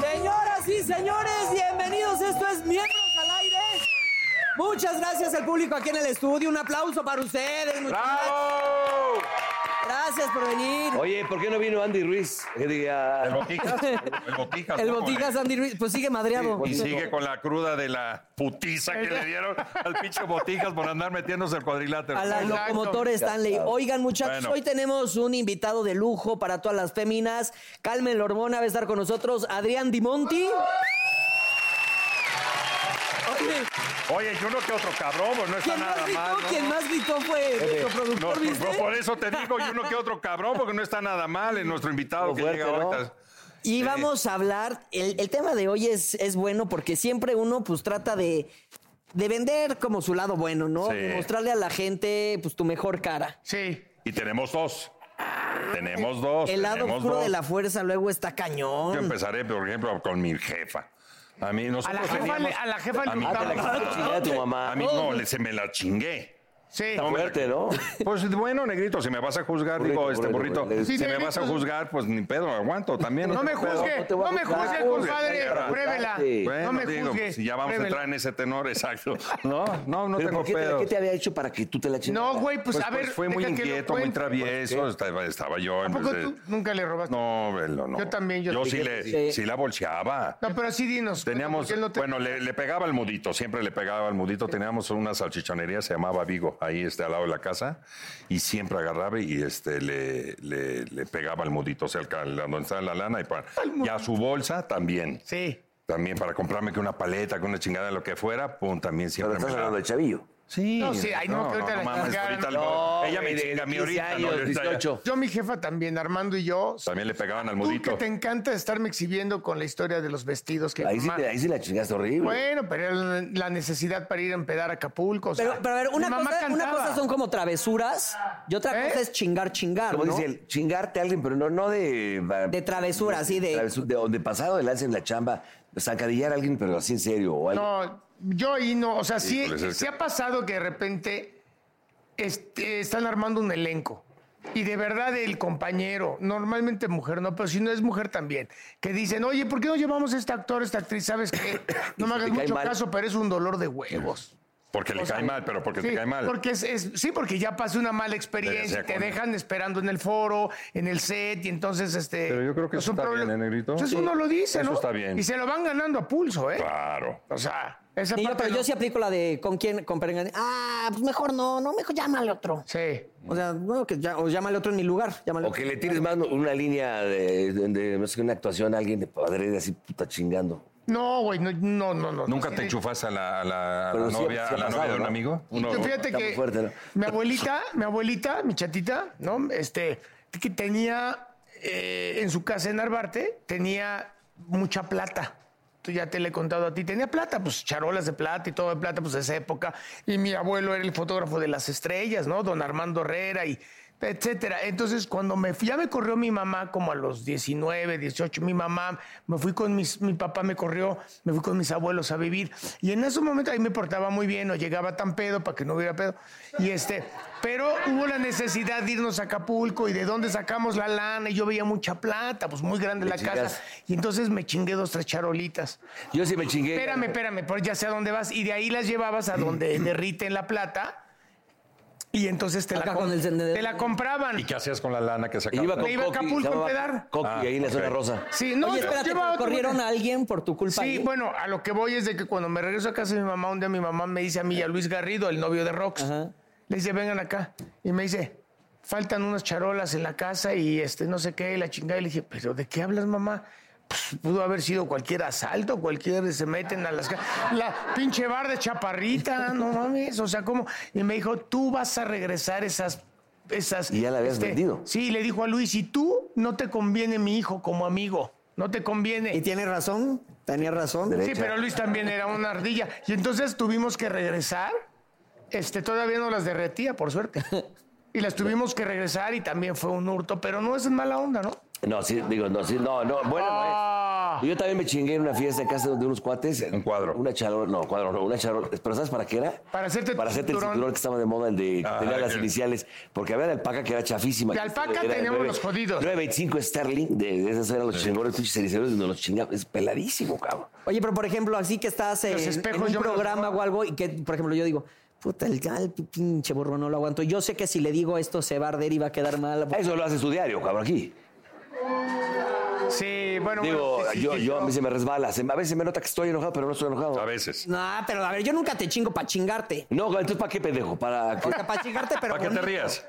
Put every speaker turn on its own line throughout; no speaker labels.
Señoras y señores, bienvenidos. Esto es Miembros al Aire. Muchas gracias al público aquí en el estudio. Un aplauso para ustedes. muchachos.
¡Bravo!
Gracias por venir.
Oye, ¿por qué no vino Andy Ruiz? Que diga,
El Botijas. El Botijas.
El
¿no?
Botijas Andy Ruiz, pues sigue madreado.
Y sigue con la cruda de la putiza que le dieron al pinche Botijas por andar metiéndose al cuadrilátero.
A la locomotora Stanley. Oigan, muchachos,
Bueno.
hoy tenemos un invitado de lujo para todas las féminas. Carmen la hormona va a estar con nosotros. Adrián Dimonti. Oye,
Oye, yo no que otro cabrón, pues no está
quien
nada
más gritó,
mal. ¿no? Eh,
quien más gritó fue nuestro
No, pues,
productor,
por-
¿viste?
por eso te digo, yo no que otro cabrón, porque no está nada mal en nuestro invitado
Pero
que
fuerte,
llega
¿no?
ahorita.
Y vamos a hablar, el, el tema de hoy es, es bueno porque siempre uno pues trata de, de vender como su lado bueno, ¿no?
Sí.
De mostrarle a la gente pues tu mejor cara.
Sí.
Y tenemos dos. Tenemos dos.
El lado
tenemos
oscuro
dos.
de la fuerza luego está
Yo
cañón.
empezaré, por ejemplo, con mi jefa. A mí
A
nosotros
la jefa
Pues teníamos- Ah,
le, a la jefa
a
le
mí-
gustaba.
te la chingada de tu mamá.
A mí
Ah.
no, le- se me la chingué.
Sí.
Está fuerte, ¿no?
Pues bueno, negrito, si me vas a juzgar,
Burrito,
digo, este
burrito,
burrito,
burrito.
si
Sí,
me
negrito.
vas a juzgar, pues ni pedo, aguanto también.
No me
te este pedo.
juzgue,
no te voy a
no me
juzgar.
juzgue,
Juzgue,
compadre.
juzgue.
Pruébela.
Sí.
Bueno,
No me
digo, pues,
juzgue.
si ya vamos a
pruébela.
entrar en ese tenor, exacto. No, no, no
Pero
tengo
¿por qué, te-
pedo.
¿Qué te había hecho para que tú te la chingaras?
No, güey, pues,
Pues,
a
pues,
ver.
fue muy
deja que lo
inquieto, muy
cuente.
travieso, estaba, estaba yo.
¿A
en
poco
vez de-
tú nunca le robaste?
pues, eh, No, velo, no.
Yo también, yo
sí,
también.
le,
Sí.
sí la bolseaba.
No, pero sí dinos.
Teníamos,
porque él no te-
bueno, le, le pegaba al mudito, siempre le pegaba al mudito. Teníamos una salchichonería, se llamaba Vigo, ahí este, al lado de la casa, y siempre agarraba y este, le, le- le pegaba al mudito, o sea, al ca- la- donde estaba la lana, y, pa- y a su bolsa también.
Sí.
También para comprarme que una paleta, que una chingada, lo que fuera, pum, también
Pero
siempre
estás
me la-
hablando de chavillo.
Sí.
No, sí, ay, no, que ahorita la
mames,
chingada,
ahorita
no.
no. Ella me
güey, de
chinga a mí
15
ahorita. no,
años,
ahorita ya.
18.
Yo, mi jefa también, Armando y yo.
También le pegaban al
Tú que
mudito.
te encanta estarme exhibiendo con la historia de los vestidos que
Ahí sí,
mamá-
te- ahí sí la chingaste horrible.
Bueno, pero era la- la necesidad para ir a empedar a Acapulco. o sea,
Pero, pero a ver,
mi
una
mamá
cosa, una
cantaba.
cosa son como travesuras y otra
¿Eh?
cosa es chingar, chingar,
Como
¿no?
dice él, chingarte a alguien, pero no, no de.
De travesura, así de-
travesu- de, o de pasado de lanza en la chamba. Zancadillar a alguien, pero así en serio. O algo.
No, yo ahí no. O sea, sí,
Híjole, es
sí,
que-
ha pasado que de repente este, están armando un elenco. Y de verdad el compañero, normalmente mujer, no, pero si no es mujer también, que dicen, oye, ¿por qué no llevamos a este actor, a esta actriz? ¿Sabes qué? No me
Y
hagas
te cae
mucho
mal.
caso, pero es un dolor de huevos.
Porque le
O sea,
cae mal, pero porque
sí,
te cae mal.
Porque es, es- sí, porque ya pasé una mala
Debería
experiencia,
ser
te
con-
dejan esperando en el foro, en el set, y entonces este.
Pero yo creo que
es
eso
un
está
problema.
bien, ¿eh, Negrito?
Entonces
Sí,
Pues, uno lo dice,
eso
¿no?
está bien.
Y se lo van ganando a pulso, ¿eh?
Claro.
O sea, esa
Niño,
parte
pero
no-
yo sí aplico la de con quién, con Perengani. Ah, pues mejor no, no, mejor llámale otro.
Sí.
O sea, no, que ya, o llámale otro en mi lugar. Llámale
O que le tires más una línea de, de- de- no sé, una actuación a alguien de padre, de así puta chingando.
No, güey, no, no, no, no.
¿Nunca
Sí,
te
de-
enchufas a la, a la, a
Pero
la
sí,
novia,
sí ha
a la
pasado,
novia de un
¿no?
amigo? Uno-
Yo fíjate
está muy
que
fuerte, ¿no?
mi abuelita, mi abuelita, mi chatita, ¿no? Este, que tenía eh, en su casa en Narvarte, tenía mucha plata. Tú ya te le he contado a ti, tenía plata, pues charolas de plata y todo de plata, pues de esa época. Y mi abuelo era el fotógrafo de las estrellas, ¿no? Don Armando Herrera y etcétera. Entonces, cuando me fui- ya me corrió mi mamá como a los 19, 18, mi mamá, me fui con mis, mi papá me corrió, me fui con mis abuelos a vivir. Y en esos momentos ahí me portaba muy bien, no llegaba tan pedo para que no hubiera pedo. Y este, pero hubo la necesidad de irnos a Acapulco y de dónde sacamos la lana. Y yo veía mucha plata, pues muy grande
¿Le
la
chingas?
casa. Y entonces me chingué dos, tres charolitas.
Yo sí me chingué.
Espérame, espérame, pues ya sé a dónde vas. Y de ahí las llevabas a donde derriten la plata. Y entonces te, la,
Acá
com-
con el
te
encendedor.
la compraban.
¿Y qué hacías con la lana que
Y
sacabas?
iba con
Me iba a
Coqui,
Acapulco
se llamaba
a empedar.
Coqui,
Ah,
ahí en la
ok.
zona rosa.
Sí, no,
Oye, espérate,
llevaba
¿pero
otro-
corrieron a alguien por tu culpa.
Sí,
ahí?
bueno, a lo que voy es de que cuando me regreso a casa de mi mamá, un día mi mamá me dice a mí y a Luis Garrido, el novio de Rox,
Ajá.
le dice, vengan acá. Y me dice, faltan unas charolas en la casa y este no sé qué, y la chingada. Y le dije, ¿pero de qué hablas, mamá? Pues, pudo haber sido cualquier asalto, cualquier, eh, se meten a las... ca- La pinche bar de chaparrita, no mames, o sea, ¿cómo? Y me dijo, tú vas a regresar esas... Esas, este,
Y ya la habías vendido.
Sí, le dijo a Luis, y tú no te conviene mi hijo como amigo, no te conviene.
Y tiene razón, tenía razón.
Sí,
Derecha.
pero Luis también era una ardilla. Y entonces tuvimos que regresar. Este, todavía no las derretía, por suerte. Y las tuvimos que regresar y también fue un hurto, pero no es en mala onda, ¿no?
No, sí, digo, no, sí, no, no, bueno,
Ah.
no es. Yo también me chingué en una fiesta en casa de unos cuates.
Un cuadro.
Una charol, no, cuadro, no, una charol. Pero ¿sabes para qué era?
Para hacerte tu
Para hacerte el
cinturón.
cinturón que estaba de moda, el de
Ah,
tenía las
el-
iniciales. Porque había de alpaca que era chafísima.
De alpaca
Era
teníamos
nueve-
los jodidos.
9.25 Sterling, de, de esos eran los chingones, pinches ceniceros, donde los chingamos. Es peladísimo, cabrón.
Oye, pero por ejemplo, así que estás eh,
Los
en,
espejos,
en un
yo me los
programa
robaba.
o algo y que, por ejemplo, yo digo, puta, el, gal, pinche burro no lo aguanto. Yo sé que si le digo esto se va a arder y va a quedar mal.
Eso lo haces tu diario, cabrón, aquí.
Sí, bueno.
Digo,
bueno, sí, sí,
yo,
sí,
yo a
no.
mí se me resbala. se- a veces se me nota que estoy enojado, pero no estoy enojado.
A veces.
No, pero a ver, yo nunca te chingo para chingarte.
No, entonces, ¿para qué pendejo? Para que- pues.
O sea, para chingarte, pero.
¿Para qué te
bonito.
rías?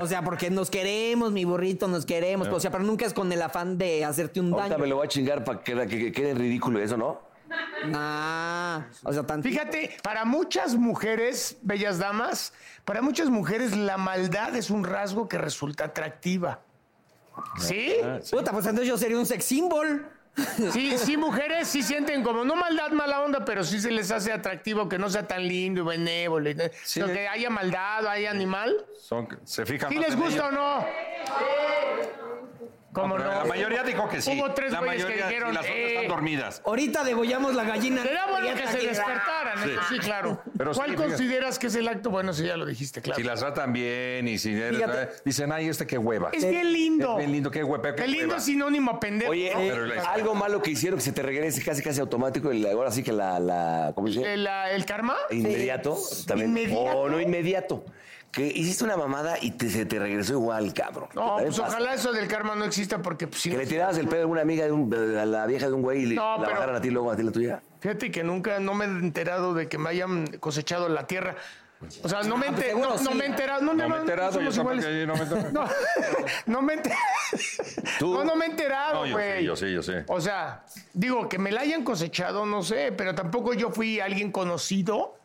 O sea, porque nos queremos, mi burrito, nos queremos. O sea, pero nunca es con el afán de hacerte un
Ahorita
daño.
me lo voy a chingar para que, que- que quede ridículo eso, ¿no?
Nah, o sea, tan.
Fíjate, para muchas mujeres, bellas damas, para muchas mujeres la maldad es un rasgo que resulta atractiva. ¿Sí?
Ah,
Puta, pues entonces yo sería un sex symbol.
Sí, sí, mujeres sí sienten como, no maldad, mala onda, pero sí se les hace atractivo que no sea tan lindo y benévolo. y- sino que haya maldad, haya animal.
Son- se fijan
¿Sí
más
les
en
gusta o
ellas.
no? ¿Cómo no?
La mayoría dijo que sí.
Hubo tres
la
güeyes que
mayoría,
dijeron,
y las otras
eh,
están dormidas.
Ahorita degollamos la gallina.
Sería bueno que se
Prieta,
despertaran, eso sí, claro.
Pero sí,
¿Cuál
fíjate.
consideras que es el acto? Bueno, si ya lo dijiste, claro.
Si las tratan bien y si...
Fíjate.
Dicen, ay, este qué hueva.
Es bien lindo.
Es bien lindo, qué hueva.
Qué lindo sinónimo, pendejo.
Oye,
¿no?
eh,
Pero la-
algo malo que hicieron que se te regrese casi casi automático, el- ahora sí que la, la ¿cómo
eh,
se dice?
¿El, ah, el karma?
Inmediato, también.
Inmediato.
O no inmediato. Que hiciste una mamada y te- se te regresó igual, cabrón.
Oh,
No,
También
pues
pasa.
ojalá eso del karma no exista porque pues, si
Que
no-
le tirabas el pedo a una amiga de un- a la vieja de un güey y le,
No,
la
pero-
bajaran a ti luego a ti la tuya.
Fíjate que nunca no me he enterado de que me hayan cosechado la tierra. O sea, no me, he enter-
seguro
no, no
sí.
me he enterado. No,
No me he enterado,
no somos
yo tampoco,
iguales.
yo no me he enterado.
No, no me he enter-
¿Tú?
No, no me he enterado,
No, yo
güey.
sí, yo sí, yo sí.
O sea, digo, que me la hayan cosechado, no sé, pero tampoco yo fui alguien conocido.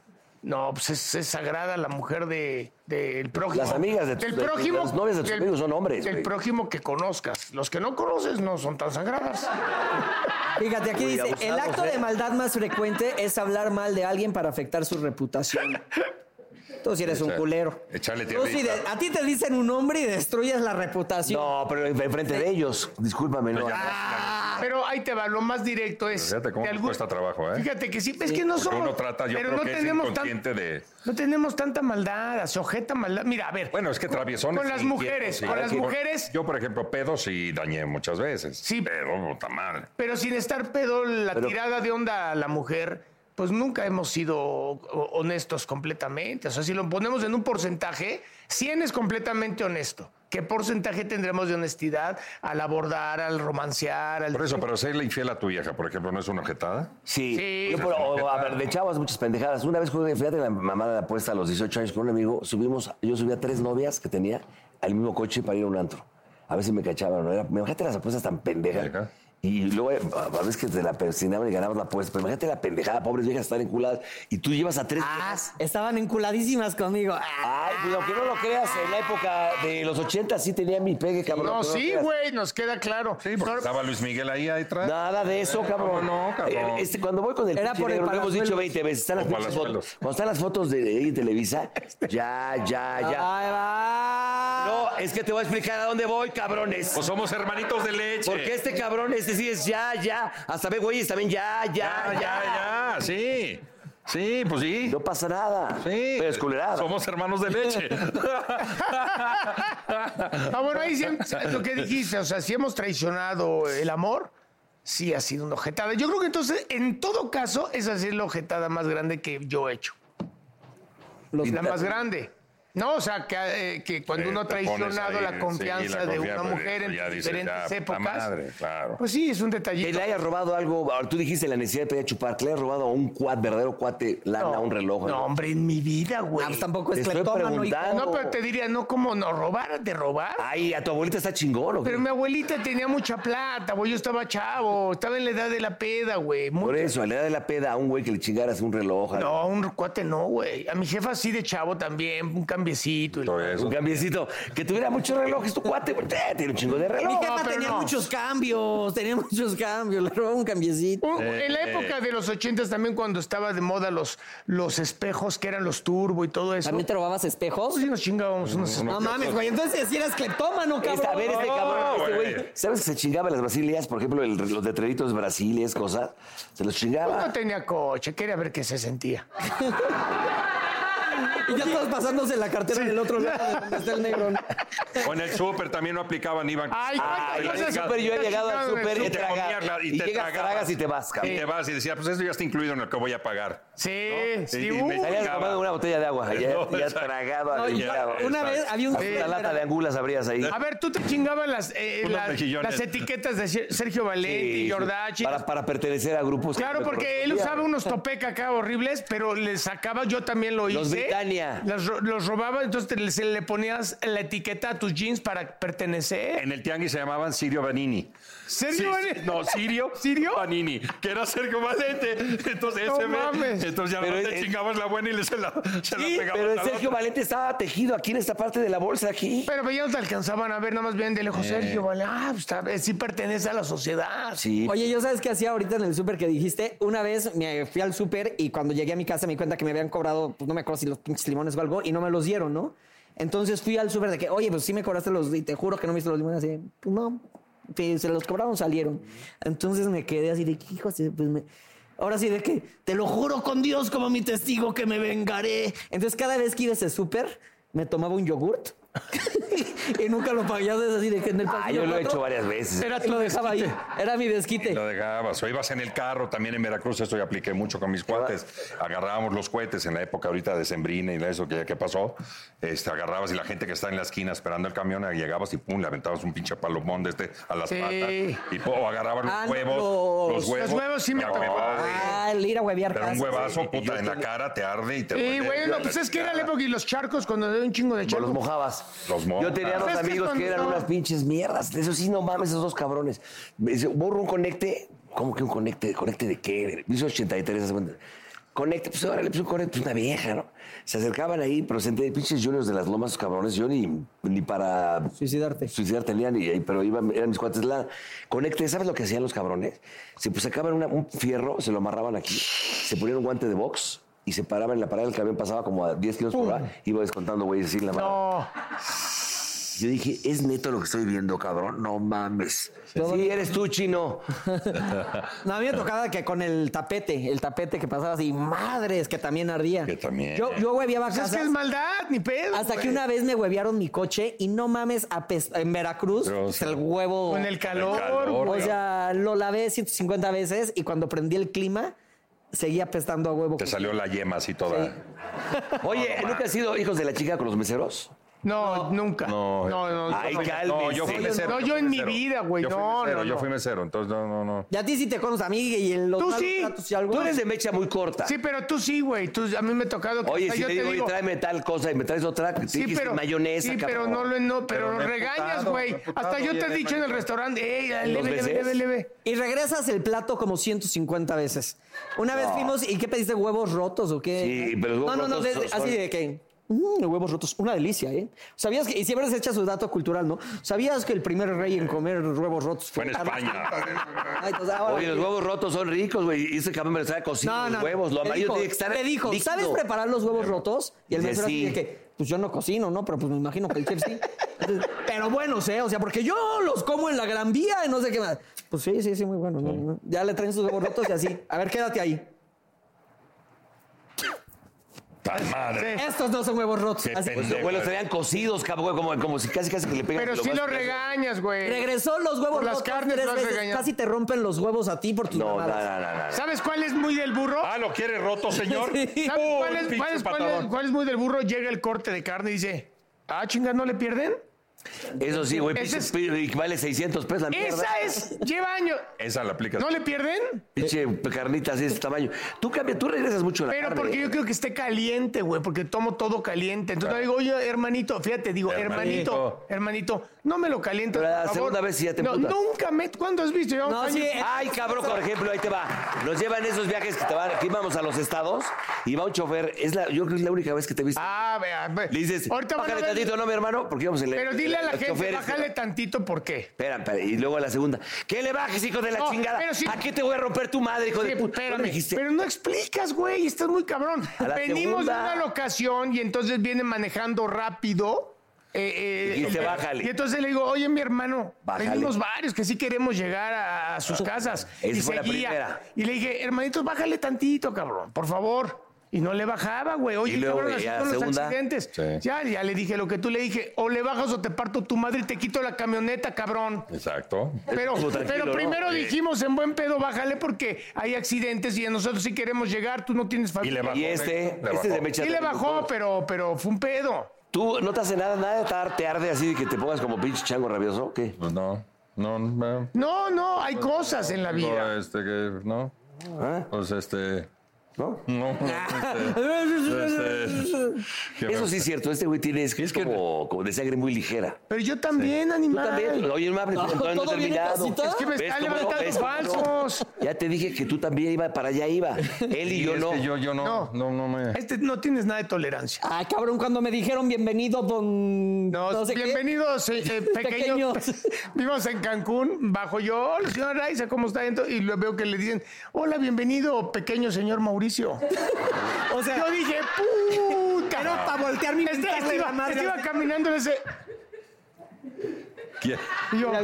No, pues es, es sagrada la mujer de- del prójimo.
Las amigas de tus-
del
de-
prójimo.
las novias de tus
del-
amigos son hombres,
Del
güey.
prójimo que conozcas. Los que no conoces no son tan sagradas.
Fíjate, aquí
Uy,
dice,
abusados,
el acto
¿eh?
de maldad más frecuente es hablar mal de alguien para afectar su reputación. Tú si eres un
Echa-
culero.
echarle
Tú sí
tierrita.
de- a ti te dicen un hombre y destruyes la reputación.
No, pero en- enfrente de ellos. Discúlpame, no.
Ah, Pero ahí te va, lo más directo es.
Fíjate cómo
de
nos cuesta trabajo, ¿eh?
Fíjate que sí, es que no
Porque
somos.
uno trata, yo
pero
creo
no
que es
tenemos tan-
inconsciente de-
No tenemos tanta maldad, se ojeta maldad. Mira, a ver.
Bueno, es que traviesones.
Con las
inquietos,
mujeres,
sí.
con las
Yo-
mujeres.
Yo, por ejemplo, pedo sí dañé muchas veces.
Sí.
Pero, puta madre.
Pero sin estar pedo, la
Pero-
tirada de onda a la mujer, pues nunca hemos sido o- honestos completamente. O sea, si lo ponemos en un porcentaje, 100 es completamente honesto. ¿Qué porcentaje tendremos de honestidad al abordar, al romancear, al...
Por eso, pero serle infiel a tu vieja, por ejemplo, ¿no es una objetada?
Sí,
Sí.
Yo, pero, o, a ver, de chavas muchas pendejadas. Una vez jugué, fíjate, la mamá de la apuesta a los 18 años con un amigo, subimos, yo subía tres novias que tenía al mismo coche para ir a un antro. A ver si me cachaban, ¿no? Era- imagínate las apuestas tan pendejas.
Ajá.
Y luego, eh, a a veces que te la persinaban y ganabas la apuesta, pero imagínate la pendejada, pobres viejas están enculadas y tú llevas a tres.
Ah, estaban enculadísimas conmigo. Ah,
Ay, pues aunque no lo creas, en la época de los 80 sí tenía mi pegue, cabrón.
No,
aunque lo
sí,
creas.
güey, nos queda claro.
Sí, porque
Ahora-
estaba Luis Miguel ahí atrás.
Nada de eso, cabrón.
no, cabrón?
Eh, Este, cuando voy con el
Era
pinche
por el
negro, lo hemos dicho
Palazuelos.
20 veces. Están las
O
pinches fotos.
Palazuelos.
Cuando están las fotos de, ahí en Televisa, ya, ya, ya.
ahí va.
No, es que te voy a explicar a dónde voy, cabrones.
Pues somos hermanitos de leche.
Porque este cabrón, este sí es ya, ya. Hasta ve, güeyes, también ya,
Ya,
ya,
ya, ya, sí. Sí, pues sí.
No pasa nada.
Sí.
Pero es culerada.
Somos hermanos de leche.
Ah, bueno, ahí sí, lo que dijiste, o sea, si hemos traicionado el amor, sí ha sido una ojetada. Yo creo que entonces, en todo caso, esa sí es la ojetada más grande que yo he hecho.
Los-
Y la más grande. No, o sea, que, eh, que cuando
Sí,
uno ha
te pones
traicionado
ahí,
la
sí,
confianza
la
de una
confianza, pues,
mujer en
ya dices,
diferentes
ya,
épocas.
la madre, claro.
Pues sí, es un
Que
detallito.
le haya robado algo, ahora tú dijiste la necesidad de pedir a chupar, que le haya robado a un cuat, verdadero cuate, lana, un reloj.
No, hombre, en mi vida, güey.
Ah, pues tampoco
Te
es
estoy
cleptómano. hijo.
preguntando.
No, pero te diría, no, como no, robar, de robar.
Ay, a tu abuelita está chingón, ¿o qué?
Pero mi abuelita tenía mucha plata, güey. Yo estaba chavo, estaba en la edad de la peda, güey. Muy-
Por eso, le da la peda a un güey que le chingaras un reloj. a-
No, un cuate no, güey. A mi jefa sí de chavo también, un cambiecito. y la-
Todo
Un
eso.
cambiecito. Que tuviera muchos relojes, tu cuate, güey, eh, tiene un chingo de
Mi
reloj.
jefa
pero
tenía
no.
muchos cambios, tenía muchos cambios. Le robaba un cambiecito.
Un- en la época de los ochentas también cuando estaba de moda los, los espejos que eran los turbo y todo eso. pues
¿También te robabas espejos?
Sí nos chingábamos unos
No
espejos.
mames, güey. Entonces, si eres cleptómano, cabrón.
Esta- a ver, este
No,
cabrón, este
güey.
güey. ¿Sabes que se chingaba las brasilias? Por ejemplo, el- los detreritos brasilias, cosas. Se los
Pues No
chingaba.
tenía coche, quería ver qué se sentía.
Y ya todos pasándose la cartera del otro lado de donde está el negro. ¿no?
O en el súper también no aplicaban, iban.
Ay,
Ay,
Y
en
cuántas
el
te-
cosas
súper yo he
te
llegado al
chingaron en
súper y
el
Y
te
te
tragas.
comías la- y
Y
te
llegas,
tragabas.
tragas y te vas,
Y
cabrón.
te vas y decía, pues esto ya está incluido en lo que voy a pagar.
Sí, sí.
Y- y me
uh,
Habías
chingaba.
tomado una botella de agua. Ya,
No,
ya
exacto.
tragado,
No, y
aventado.
Una vez había un.
Hasta Una lata de angulas abrías ahí.
A ver, tú te chingabas las, eh,
Unos
las,
mejillones.
las etiquetas de Sergio Valente y Jordachi.
Para, para pertenecer a grupos. que
Claro,
me
porque él
correspondían.
usaba unos topeca acá horribles, pero le sacaba, yo también lo hice.
Los Britannia.
Las ro- Los, robaba, entonces te- se le ponías la etiqueta a tus jeans para pertenecer.
En el tianguis se llamaban Sirio Banini.
¿Sergio?
Sí,
Valente?
sí, no, Sirio,
¿Sirio?
Banini, que era Sergio Valente. Entonces,
No
ese ve-
mames.
entonces ya
Pero
no
es-
te
es-
chingabas la buena y le se la, se la
Sí,
pegabas
pero el
al
Sergio
otro.
Valente estaba tejido aquí en esta parte de la bolsa, aquí.
Pero ya no te alcanzaban a ver, nada más bien de lejos Sergio, ¿vale? Ah, pues, está- eh, sí pertenece a la sociedad.
Sí.
Oye, ¿yo sabes qué hacía ahorita en el súper que dijiste? Una vez me fui al súper y cuando llegué a mi casa me di cuenta que me habían cobrado, pues no me acuerdo si los pinches limones o algo, y no me los dieron, ¿no? Entonces fui al súper de que, oye, pues sí me cobraste los, y te juro que no me hice los limones, así, pues no, te- se los cobraron, salieron. Entonces me quedé así de, que, hijos, de- pues me... Ahora sí, de que, te lo juro con Dios como mi testigo que me vengaré. Entonces cada vez que iba a ese súper, me tomaba un yogurt. y nunca lo pagaba, ya sabes, así de que en el
Ah,
pasillo
yo lo he
cuatro,
hecho varias veces.
Era lo dejaba ahí. Era mi desquite.
Lo dejabas, o ibas en el carro, también en Veracruz, esto yo apliqué mucho con mis cuates. Agarrábamos los cohetes en la época ahorita de Sembrina y eso que, que pasó. Este, agarrabas y la gente que está en la esquina esperando el camión, llegabas y pum, le aventabas un pinche palomón de este a las
Sí.
patas. Y pum, agarraban los
Ah, no,
huevos.
los-
los huevos.
los huevos sí me
No,
tocó.
güey.
Ah, el ir a huevear
Pero un
casas.
huevazo,
sí,
puta,
yo
en la
tenía-
cara te arde y te
Y
duele.
bueno, pues es que era la época y los charcos, cuando había un chingo de
Los
charcos.
mojabas.
Los mojas.
Yo tenía dos
¿Sabes qué
amigos
cuando
que eran
estaba-
unas pinches mierdas. Eso sí, no mames, esos dos cabrones. Me dice, borro un conecte. ¿Cómo que un conecte? ¿Conecte de qué? Dice 83, hace cuenta. Conecte, pues órale, pues un conecte, pues una vieja, ¿no? Se acercaban ahí, pero senté pinches juniors de las lomas, esos cabrones. Yo ni, ni para
Suicidarte.
suicidar tenían, y, y- pero iban, eran mis cuates. La, conecte, ¿sabes lo que hacían los cabrones? Se pues, sacaban una- un fierro, se lo amarraban aquí, se ponían un guante de box y se paraban en la parada del camión, pasaba como a 10 kilos por hora, iba descontando, güey, así en la mano.
No,
Yo dije, es neto lo que estoy viendo, cabrón, no mames. Sí, eres tú, chino.
No, a mí me tocaba que con el tapete, el tapete que pasaba así, madres, que también ardía.
Que también.
Yo, yo hueveaba
pues es
casas.
que es maldad, ni pedo.
hasta que
güey.
una vez me huevearon mi coche y no mames, apest- en Veracruz,
Pero,
pues, el huevo.
Con el calor,
calor,
güey.
O sea, lo lavé 150 veces y cuando prendí el clima, seguía apestando a huevo.
Te
pues.
salió la yema así toda.
Oye, ¿nunca has sido hijos de la chica con los meseros?
No, nunca. No, no, no.
Ay,
no.
cálmese.
No, yo fui
No, yo-
mesero.
no, yo
fui
en mi
mesero.
vida, güey,
Yo fui
no,
mesero,
no,
Yo
no.
fui mesero, entonces no, no, no.
Y a ti sí te conoces a mí y en los
Tú
malos
sí.
tratos y algo.
Tú eres de mecha muy corta.
Sí, pero tú sí, güey. Tú- A mí me ha tocado que
Oye,
hasta
si
yo
le
te
digo, oye,
digo,
tráeme tal cosa y me traes otra,
Sí, pero,
mayonesa,
sí, pero
cabrón.
no lo no, pero,
Pero me he
regañas,
putado,
güey.
me he putado,
Hasta yo te he
oye,
dicho en el
manito.
restaurante, ey, dale,
¿Dos
leve, leve,
veces?
leve, leve.
Y regresas el plato como 150 veces. Una vez fuimos, ¿y qué pediste? ¿Huevos rotos o qué?
Sí, pero
No,
los huevos
no, no,
rotos
de- de-
son-
así de que. "Mm, huevos rotos, una delicia, ¿eh? ¿Sabías que, y siempre se echa su dato cultural, ¿no? ¿Sabías que el primer rey en comer huevos rotos
Fue en
Carlos
España.
V? Ay, pues, ahora-
Oye, los huevos rotos son ricos, güey. Y ese cabrón me lo estaba
No,
cocinando.
no,
los
no.
huevos, lo
Te
amarillo
dijo-
tiene que estar.
Te dijo,
líquido.
¿sabes preparar los huevos rotos? Y el
Dice,
mesero así
"Sí".
de que, pues yo no cocino, ¿no? Pero pues me imagino que el chef sí. Entonces, pero buenos, ¿eh? O sea, porque yo los como en la Gran Vía y no sé qué más. Pues sí, sí, sí, muy bueno. ¿no? ¿no? Ya le traen sus gorritos y así. A ver, quédate ahí.
Tal madre.
Estos no son huevos rotos.
Qué
Así.
Pues los
pendejo.
huevos serían cocidos, cabrón, como, como si casi casi que le pegan.
Pero sí
más-
lo regañas, güey.
Regresó los huevos
Por las
rotos
carnes
tres
lo has
veces.
regañado.
Casi te rompen los huevos a ti por tus
No, no, no,
mamadas.
no, no, no.
¿Sabes cuál es muy del burro?
Ah, ¿lo quiere roto, señor?
¿Sabes
Uy,
cuál, es,
pinche
cuál es- cuál es-
patadón.
cuál es muy del burro? Llega el corte de carne y dice, ah, chinga, ¿no le pierden?
Eso sí, güey.
Ese
pinche
es-
pi- Vale 600 pesos la mierda.
Esa es, lleva años.
Esa la aplicas.
¿No le pierden?
Pinche carnita así de este tamaño. Tú cambia, tú regresas mucho a la
Pero
carne.
porque yo creo que esté caliente, güey, porque tomo todo caliente. Entonces no digo, oye, hermanito, fíjate, digo, hermanito, hermanito, no me lo calientes.
Pero la
por favor".
segunda vez sí ya te
No,
emputas.
nunca me. ¿Cuándo has visto? Llevamos
No,
años-
sí,
Ay, cabrón, por ejemplo, ahí te va. Nos llevan esos viajes que te van, aquí vamos a los estados y va un chofer. Es la, yo creo que es la única vez que te he visto.
Ah, vea, ve.
Le dices,
Ahorita van a
bájale
ver-
tantito, no, mi hermano, porque íbamos en la-
Pero dile a la
los
gente,
choferes,
bájale
¿no?
tantito, ¿por qué?
Espera, espera, y luego a la segunda. ¿Qué le bajes, hijo de la
No,
chingada?
pero sí-
¿A qué te voy a romper tu madre, hijo
Sí,
de puta? ¿No me
pues, espérame,
dijiste?
pero no explicas, güey, estás muy cabrón.
A la
Venimos
segunda.
de una locación y entonces viene manejando rápido. eh, eh,
Y dijiste,
el-
"Bájale".
Y entonces le digo, oye, mi hermano,
Bájale.
venimos varios que sí queremos llegar a, a sus casas.
Esa
y
fue la
seguía.
primera.
Y le dije, hermanito, bájale tantito, cabrón, por favor. Y no le bajaba, güey. Oye,
Y luego,
cabrón,
güey,
así
ya,
con los
segunda.
accidentes.
Sí.
Ya, ya le dije lo que tú le dije. O le bajas o te parto tu madre y te quito la camioneta, cabrón.
Exacto.
Pero,
Tú tranquilo,
pero
¿no?
primero
Sí.
dijimos en buen pedo, bájale porque hay accidentes y a nosotros sí queremos llegar, tú no tienes
Y
familia.
le bajó.
y este,
Le
este es de
bajó.
mecha.
Sí le
también,
bajó,
doctor.
pero, pero fue un pedo.
¿Tú no te hace nada, nada te ar- te arde así de que te pongas como pinche chango rabioso? ¿o ¿Qué?
Pues no, no, no.
No, no, hay cosas en la vida.
No, este que, no. Pues este.
¿No?
No.
Ah.
este, este, que
Eso
me-
sí es cierto, este güey tiene es,
Es que-
como, como de sangre muy ligera.
Pero yo también, animal.
También, oye, no, no, no, no he
¿todo viene
terminado.
casita?
Es que me
¿Ves
está
cómo no?
levantando
¿Ves cómo no?
falsos.
Ya te dije que tú también iba para allá iba. Él y
Y
yo
es
no.
que yo, yo no,
No.
no, no me.
Este no tienes nada de tolerancia.
Ay, cabrón, cuando me dijeron bienvenido, don.
No,
sé qué.
bienvenidos, eh, eh, pequeños.
Pequeños.
Vivimos en Cancún, bajo yo, hola, señora Raiza, ¿cómo está? Ento- Y lo veo que le dicen, hola, bienvenido, pequeño señor Mauricio.
O sea,
Yo dije, puta.
Pero pa' voltearme y
Este- este
mentarle
iba-
la madre.
este iba caminando en ese.
¿Quién?
y yo,
mira,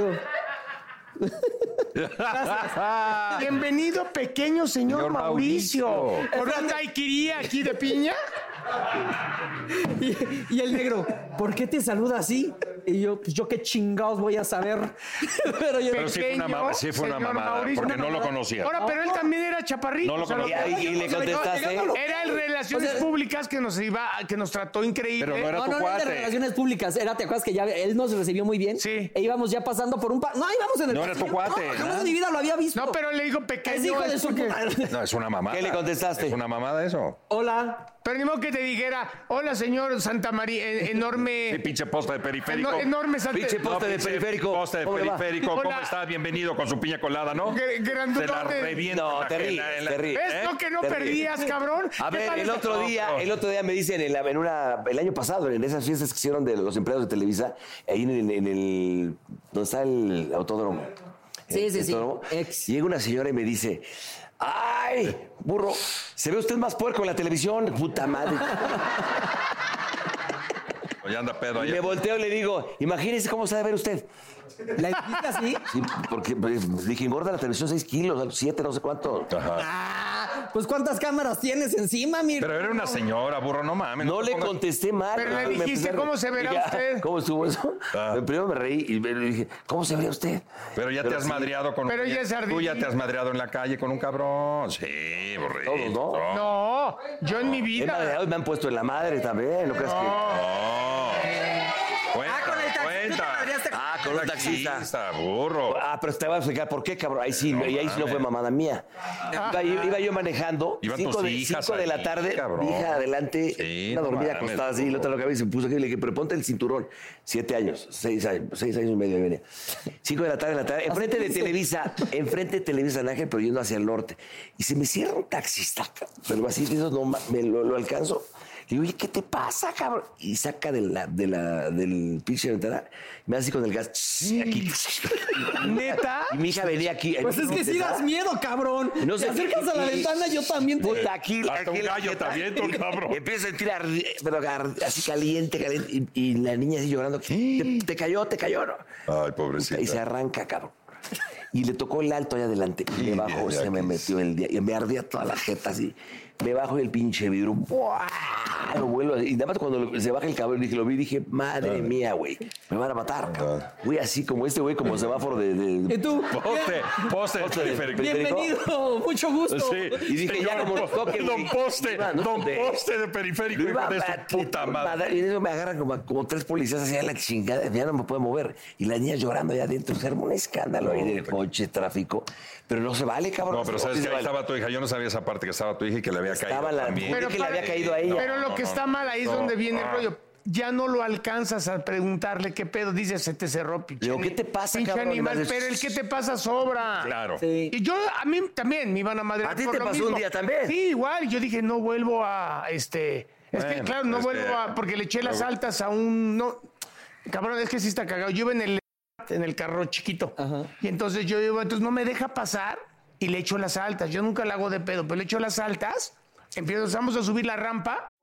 hago,
bienvenido, pequeño señor,
Señor
Mauricio.
Mauricio.
Por un daiquiri aquí de piña.
y, y el negro, ¿por qué te saluda así? Y yo, pues yo qué chingados voy a saber. pero yo,
Pero sí fue una
Pequeño
ma- sí fue una
señor
mamada, porque no lo conocía.
Ahora, pero él también era chaparrito.
No lo
o sea,
conocía.
que-
Y- y le
o sea,
contestaste.
Era el Relaciones
O sea,
Públicas que nos iba, que nos trató increíble.
Pero no era
No,
tu
no, no era de
cuate.
relaciones públicas. Era, ¿te acuerdas que ya él nos recibió muy bien?
Sí.
E íbamos ya pasando por un pa... No, íbamos en el.
No era tu
pasillo.
cuate.
No, jamás en mi vida lo había visto.
No, pero le dijo pequeño.
Es hijo de
es
su
porque-
madre.
No, es una mamada.
¿Qué le contestaste?
Es una mamada eso.
Hola.
Pero ni modo que te dijera, hola, señor Santa María, eh, enorme.
Sí, pinche poste de periférico.
Eno- enorme Santa
Pinche
No,
poste de
pinche
periférico.
Poste de
¿Cómo le va?
periférico. ¿Cómo
Hola.
está? Bienvenido con su piña colada, ¿no?
Gr-
Te
grandutote.
la revienta.
No,
la
te
gente
ríes,
en la-
te ríes.
¿Ves?
¿Eh?
No, que no
Te
perdías,
ríes.
cabrón.
A
¿Qué
ver,
tal
el
esta-
otro día, el otro día me dicen en, la, en una, el año pasado, en esas fiestas que hicieron de los empleados de Televisa, ahí en el, en el- donde está el autódromo.
Sí,
El-
sí,
el
sí.
autódromo.
Ex.
Llega una señora y me dice, ¡ay, burro! Se ve usted más puerco en la televisión, puta madre.
Ya anda pedo
Y me
allá.
volteo y le digo, imagínese cómo se ha de ver usted.
¿La hiciste así?
Sí, porque pues, dije, engorda la televisión 6 kilos, 7, no sé cuánto.
Ah, pues ¿cuántas cámaras tienes encima, mi?
Pero era una señora, burro, no mames.
No
te
le
pongas-
contesté mal.
Pero le
Me empecé
dijiste,
a reír.
"¿Cómo se verá
Dije, "Ah,
usted?"
¿Cómo estuvo eso?
Ah.
Primero me reí y le dije, ¿cómo se vería usted?
Pero ya te has
sí,
madreado con
Pero
un.
ya es
Tú ya
ardidito.
te has madreado en la calle con un cabrón. Sí, burrito.
Todos, ¿no?
No, yo en mi
He
vida.
madreado y me han puesto en la madre también, ¿no crees que?
No. Cuenta,
Ah, con el taxi- tú te
cuenta.
madreaste con-
Ah, con un taxista.
burro.
Ah, pero te voy a explicar por qué, cabrón. Ahí sí,
No
y ahí sí no
mames.
fue mamada mía. Iba, yo- iba yo manejando,
Iban
cinco
tus
de,
hijas
cinco de la
ahí,
tarde,
cabrón.
mi hija adelante,
Sí,
una
no
dormida
mames,
acostada así, la otra lo que había, se puso aquí y le dije, pero ponte el cinturón. Siete años, seis años, seis años y medio ahí venía. Cinco de la tarde, en la tarde, enfrente de Televisa, enfrente de Televisa San Ángel, pero yendo hacia el norte. Y se me cierra un taxista, pero así, de esos no ma- me lo, lo alcanzo. Le digo, oye, ¿qué te pasa, cabrón? Y saca de la, de la, del pinche ventana, me hace así con el gas, sí, aquí.
¿Neta?
Y mi hija venía aquí.
Pues es que sí das miedo, cabrón.
No
te
sé.
acercas a la
Y-
ventana, yo también te.
Puta, aquí,
Hasta
aquí
un
la
gallo
neta.
te aviento,
Y-
cabrón.
y Empiezo a sentir arri- pero ar- así caliente, caliente. Y, y la niña así llorando. Te, te cayó, te cayó, ¿no?
Ay,
Puta, y se
pobrecita.
arranca, cabrón. Y le tocó el alto allá adelante. Y me
Y
bajo,
de
se me
aquí.
metió el día. Y me ardía toda la jeta así. Me bajo y el pinche vidrio. ¡buah! Lo vuelo. así. Y nada más cuando lo- se baja el cabrón, dije, lo vi, dije, madre mía, güey. Me van a matar, cabrón. Güey, así como este güey, como semáforo de. de-
¿Y tú?
Poste, poste,
Poste.
periférico.
Bienvenido, mucho gusto.
Sí,
Y dije, ya como nos toque,
Don
güey.
Poste,
Iba, ¿no?
Don
De-
Poste de periférico,
Lo iba
hijo de
a
su puta madre.
Y en eso me agarran como, como tres policías hacia la chingada. Ya no me puedo mover. Y la niña llorando allá adentro. Se armó un escándalo ahí de coche, tráfico. Pero no se vale, cabrón.
No, pero
No
sabes
se
que ahí
vale.
estaba tu hija. Yo no sabía esa parte que estaba tu hija y que le había
Estaba
caído
la-
también.
Pero que le había caído a ella.
No,
Pero lo
no,
que
no,
está
no.
mal ahí es
No,
donde viene el
ah.
rollo. Ya no lo alcanzas a preguntarle qué pedo. Dice, se te cerró, pinche.
Digo,
ani-
¿qué te pasa,
pinche
cabrón? Y me
animal,
haces-
pero el que te pasa sobra.
Claro.
Sí.
Y yo, a mí también me iban a madrear.
¿A ti
por
te
lo
pasó un
mismo.
día también?
Sí, igual. Yo dije, no vuelvo a. este Es que,
Bueno,
claro, no
es
vuelvo
que-
a. Porque le eché las altas a un. No, cabrón, es que sí está cagado. Yo iba en el. En el carro chiquito. Y entonces yo iba, entonces no me deja pasar y le echo las altas. Yo nunca la hago de pedo, pero le echo las altas. Empezamos a subir la rampa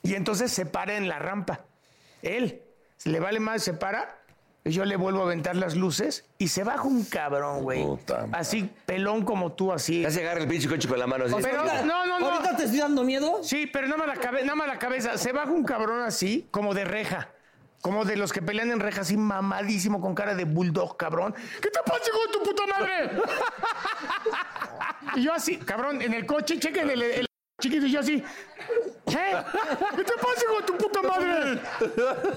y entonces se para en la rampa. Él, se le vale más, se para. y Yo le vuelvo a aventar las luces y se baja un cabrón, güey.
Puta madre.
Así, pelón como tú, así.
Casi agarra el pinche coche con la mano. Así.
Pero, no, no, no.
Ahorita te estoy dando miedo.
Sí, pero nada más, la cabe- nada más la cabeza. Se baja un cabrón así, como de reja. Como de los que pelean en reja, así mamadísimo, con cara de bulldog, cabrón. ¿Qué te pasa, hijo de tu puta madre? y yo así, cabrón, en el coche, chequen el, el chiquito, y yo así. ¿Qué? ¿Qué te pasa, hijo de tu puta madre?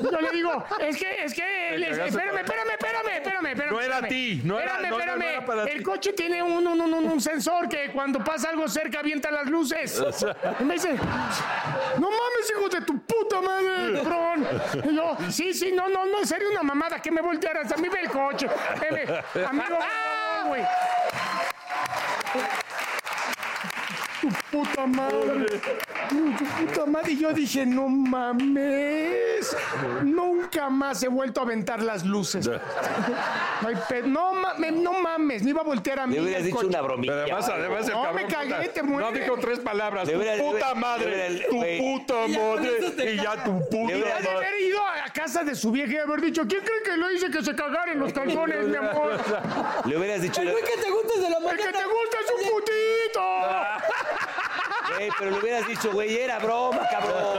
Yo le digo, es que, es que, el- es-
cagaste,
espérame, espérame, espérame, espérame, espérame.
No era a
espérame.
ti, no era- no,
Espérame,
no, no
espérame.
era para
El
ti.
coche tiene un, un, un, un- un sensor que cuando pasa algo cerca avienta las luces. Y me dice, no mames, hijo de tu puta madre, cabrón. Y yo, sí, sí, no, no, no, en serio, una mamada, que me voltearas. A mí ve el coche. Eh, ve, Amigo, no, güey. Tu puta madre. Tu puta madre. Y yo dije, no mames. Nunca más he vuelto a aventar las luces. No, hay pe- no, mames, no mames, me iba a voltear a mí.
Le hubieras
el
dicho
coche.
una bromita.
Pero además, además el
No,
cabrón,
me cagué,
puta,
te mueres.
No dijo tres palabras.
Le
Tu
hubiera- le
puta
hubiera-
madre,
le hubiera-
tu
güey.
puta
Y ya con
madre
eso te
y ya tu puta
hubiera-
Has de
madre.
haber ido a casa de su vieja y haber dicho, ¿quién cree que lo hice que se cagara en los calzones, mi amor?
Le hubieras dicho,
El güey que te gusta es de la
El que
mañana.
te gusta es un putito.
güey, pero le hubieras dicho, güey, era broma, cabrón.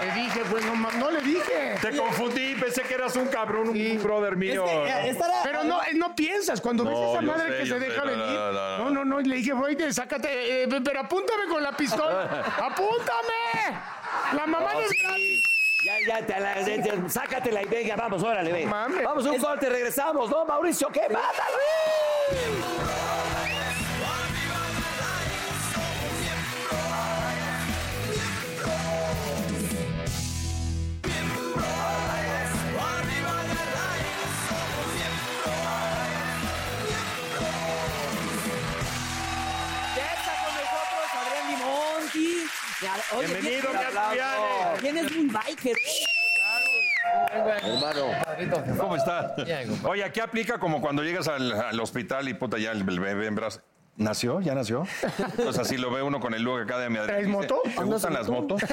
Le dije, pues no, ma- no le dije.
Te confundí, pensé que eras un cabrón, un
Sí.
brother
Es
mío.
que, eh, estar a-
Pero no, eh, no piensas cuando ves
No,
esa
yo
madre
sé,
que
yo
se
sé, no,
deja
no,
venir.
no, no,
No, no, no. y Le dije, oye, sácate, eh, pero apúntame con la pistola. ¡Apúntame! La mamá no es gratis.
Ya, ya, te la, te- te- sácatela y venga, vamos, órale, ven.
Mames.
Vamos, un corte, regresamos. No, Mauricio, ¿qué? Mátalo.
Ya está con nosotros Adrián Limonti. Ya- oye,
Bienvenido,
bien-
Castellanos.
Tienes un biker.
¿Cómo está? Oye, aquí aplica como cuando llegas al, al hospital y puta, ya el bebé en brazos. ¿Nació? ¿Ya nació? Entonces así lo ve uno con el look acá de mi adresa.
¿Traes moto?
¿Te gustan las motos?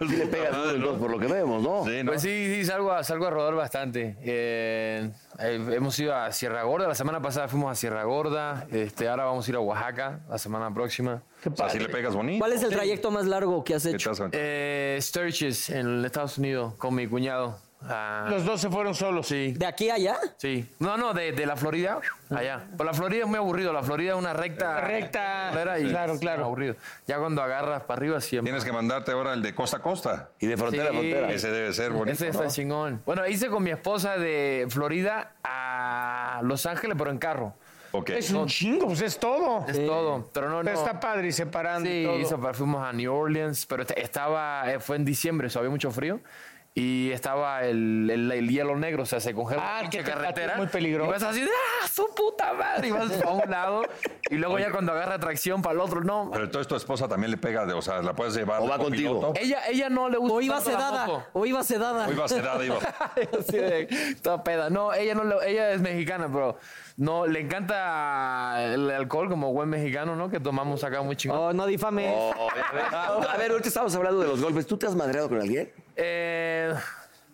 Sí le pega duro el dos, pues, por lo que vemos, ¿no?
Sí, ¿no?
Pues sí, sí, salgo a, salgo a rodar bastante. Eh, eh, hemos ido a Sierra Gorda, la semana pasada fuimos a Sierra Gorda, este, ahora vamos a ir a Oaxaca la semana próxima.
O sea, así le pegas bonito.
¿Cuál es el trayecto más largo que has
¿Qué
hecho?
estás con-
Eh, Sturgis, en Estados Unidos, con mi cuñado. Ah,
Los dos se fueron solos.
sí,
¿De aquí a allá?
sí. No, no, de, de la Florida allá. Pero la Florida es muy aburrido, la Florida es una recta.
Recta.
culera y
Claro,
es
claro.
Aburrido. Ya cuando agarras para arriba siempre.
Tienes que mandarte ahora el de costa a costa.
Y de frontera
Sí.
a frontera.
Ese debe ser bonito.
Ese está
¿no?
chingón. Bueno, hice con mi esposa de Florida a Los Ángeles, pero en carro.
Ok.
Es un chingo, pues es todo.
Es todo. Pero no, no.
Pero está padre y separando y
Sí,
todo.
hizo para- fuimos a New Orleans, pero este- estaba, eh, fue en diciembre, o sea, había mucho frío. Y estaba el, el- el hielo negro, o sea, se congeló
Ah,
la
que
pinche
te-
carretera.
muy peligroso.
Y vas así, ¡ah, su puta madre! Y vas a un lado. Y luego ya cuando agarra tracción para el otro, no.
Pero entonces tu esposa también le pega, de- o sea, la puedes llevar.
O
de
va contigo.
copiloto.
Ella, ella no le gusta
O iba
tanto la moto.
sedada. O iba sedada.
Hoy va a ser dada, iba.
Así de, toda peda. No, ella, no le- ella es mexicana, pero no, le encanta el alcohol como buen mexicano, ¿no? Que tomamos acá muy chingón.
Oh, no difames.
Ah, A ver, ahorita estamos hablando de los golpes. ¿Tú te has madreado con alguien?
Eh,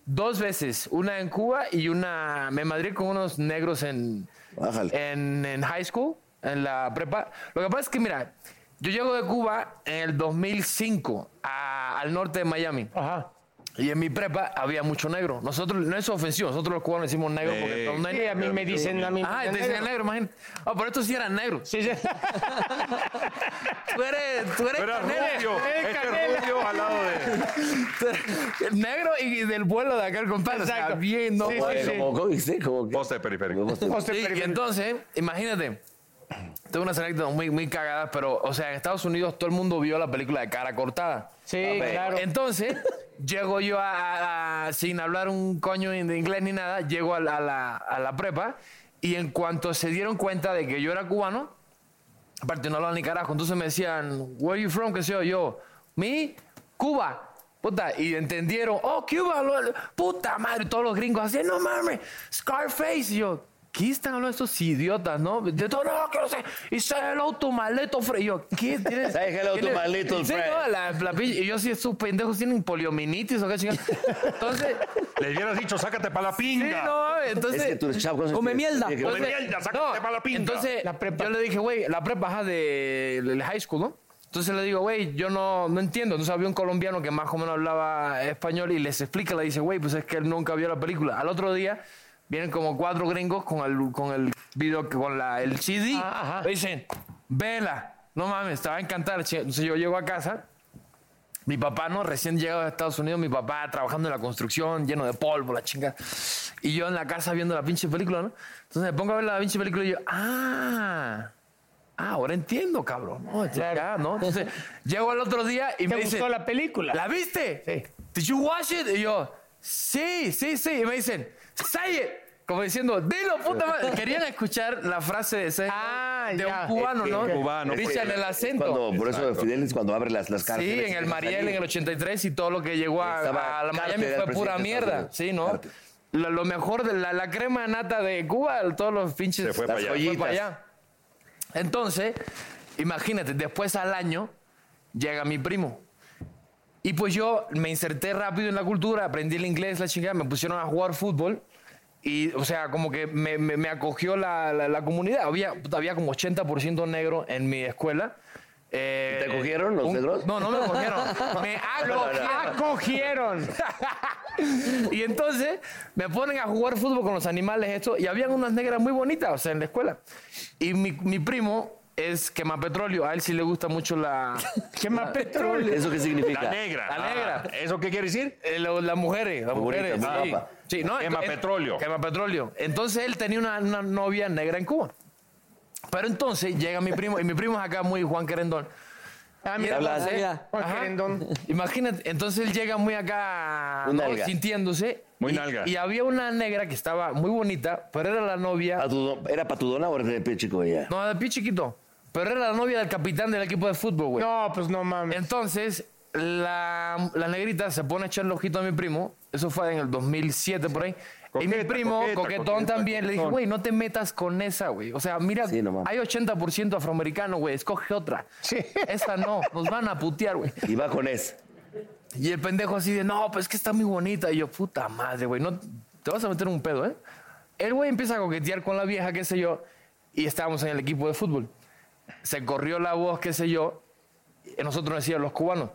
dos veces, una en Cuba y una me madré con unos negros en,
Bájale.
en en high school, en la prepa. Lo que pasa es que mira, yo llego de Cuba en el 2005 a- al norte de Miami.
Ajá.
Y en mi prepa había mucho negro. Nosotros no es ofensivo, nosotros los cubanos decimos negro porque todo
Sí,
negro.
a mí me dicen, a mí me
Ah, te
dicen
decían negro, imagínate. Oh, pero estos sí eran negros.
Sí, sí.
Tú eres, tú eres
Pero era
canela.
rubio.
Eh,
Este
canela.
rubio al lado de.
negro y del vuelo de acá el compadre. O sea,
Exacto.
bien, no,
Sí, sí,
bueno.
sí.
¿Cómo, cómo dijiste? ¿Cómo que?
Poste de periférico.
Hostia,
Sí, y
pero-
entonces, imagínate, tengo unas anécdotas muy, muy cagadas, pero, o sea, en Estados Unidos todo el mundo vio la película de cara cortada.
Sí, claro.
Entonces, llego yo a, a- a- sin hablar un coño de inglés ni nada, llego a la, a la- a la prepa y en cuanto se dieron cuenta de que yo era cubano, aparte no hablaba ni carajo, entonces me decían, where you from, qué sé yo, yo, me, Cuba. Puta, y entendieron, oh, Cuba, lo- puta madre, todos los gringos así, no mames, Scarface, y yo, ¿qué están hablando estos idiotas, no? De todo, no, que no sé, y say hello to my little friend, y yo, ¿qué tienes?
Say hello to
tienes-
my little
Sí, no,
friend.
la, la pinche- y yo, si estos pendejos tienen poliomielitis o qué chingada. Entonces,
Le hubieras dicho, sácate para la
sí,
pinga.
no,
Es
Pues,
entonces...
que tú eres chavo. ¿cómo se
Come
tiene-
mierda.
tiene que-
pues,
Come mierda, sácate pa' la pinga.
Entonces,
La prepa.
yo le dije, güey, la prepa ajá, de, del high school, ¿no? Entonces le digo, güey, yo no, no entiendo. Entonces había un colombiano que más o menos hablaba español y les explica, le dice, güey, pues es que él nunca vio la película. Al otro día vienen como cuatro gringos con el, con el video, con la, el CD.
Ah, ajá.
Me dicen, vela, no mames, te va a encantar. che". Entonces yo llego a casa mi papá, ¿no? Recién llegado de Estados Unidos, mi papá trabajando en la construcción, lleno de polvo, la chinga. Y yo en la casa viendo la pinche película, ¿no? Entonces me pongo a ver la pinche película y yo, ah, ah ahora entiendo, cabrón. No, ya, ya, ¿no? Entonces llego al otro día y
¿Te
me dice,
gustó la película?
¿la viste?
Sí.
Did you watch it? Y yo, sí, sí, sí. Y me dicen, say it. Como diciendo, dilo, puta madre. Querían escuchar la frase de ese
Ah,
de
ya.
un cubano, ¿no?
Un cubano,
Dice
pues.
en el acento.
Cuando, por eso Fidel es cuando abre las, las
Sí,
cárceles.
en el Mariel, en el 83 y todo lo que llegó a,
Estaba
a la
Carter,
Miami
era el
fue pura
presidente de
mierda.
Estados Unidos.
Sí, ¿no?
Carter.
Lo, lo mejor de la, la crema de nata de Cuba, todos los pinches.
Se fue para
se
allá.
fue para allá. Entonces, imagínate, después al año llega mi primo. Y pues yo me inserté rápido en la cultura, aprendí el inglés, la chingada, me pusieron a jugar fútbol. Y, o sea, como que me, me- me acogió la, la- la comunidad. Había, había como 80% negro en mi escuela. Eh,
¿Te acogieron los negros?
No, no me acogieron. me acogieron.
Acogieron.
Y entonces me ponen a jugar fútbol con los animales esto y habían unas negras muy bonitas, o sea, en la escuela. Y mi, mi primo es quema petróleo, a él sí le gusta mucho la
Quema petróleo.
¿Eso qué significa?
La negra.
La negra.
Ah, ¿Eso qué quiere decir?
eh, lo- las mujeres, las
Bonita,
mujeres.
muy
sí.
guapa.
Sí, no,
Quema
eh,
petróleo.
Quema petróleo. Entonces él tenía una, una novia negra en Cuba. Pero entonces llega mi primo, y mi primo es acá muy Juan Querendón.
Ah,
Y
mira,
entonces-
ah, mira.
Juan
Ajá.
Querendón.
Imagínate, entonces él llega muy acá
Muy
¿no?
nalga.
sintiéndose.
Muy
y,
nalga.
Y había una negra que estaba muy bonita, pero era la novia.
Patudo- ¿Era patudona o era de pie chico ella?
No, de pie chiquito. Pero era la novia del capitán del equipo de fútbol, güey.
No, pues no mames.
Entonces, la, la negrita se pone a echar el ojito a mi primo. Eso fue en el 2007 por ahí. y mi
Coqueta,
primo,
coqueta,
coquetón
coqueta,
también, le dije,
coquetón.
güey, no te metas con esa, güey. O sea, mira,
Sí, no mames.
hay 80% afroamericano, güey, escoge otra. Esa no, nos van a putear, güey.
Y va con es.
Y el pendejo así de, no, pues que está muy bonita. Y yo, puta madre, güey, no, te vas a meter un pedo, ¿eh? El güey empieza a coquetear con la vieja, qué sé yo, y estábamos en el equipo de fútbol. Se corrió la voz, qué sé yo, y nosotros decíamos los cubanos.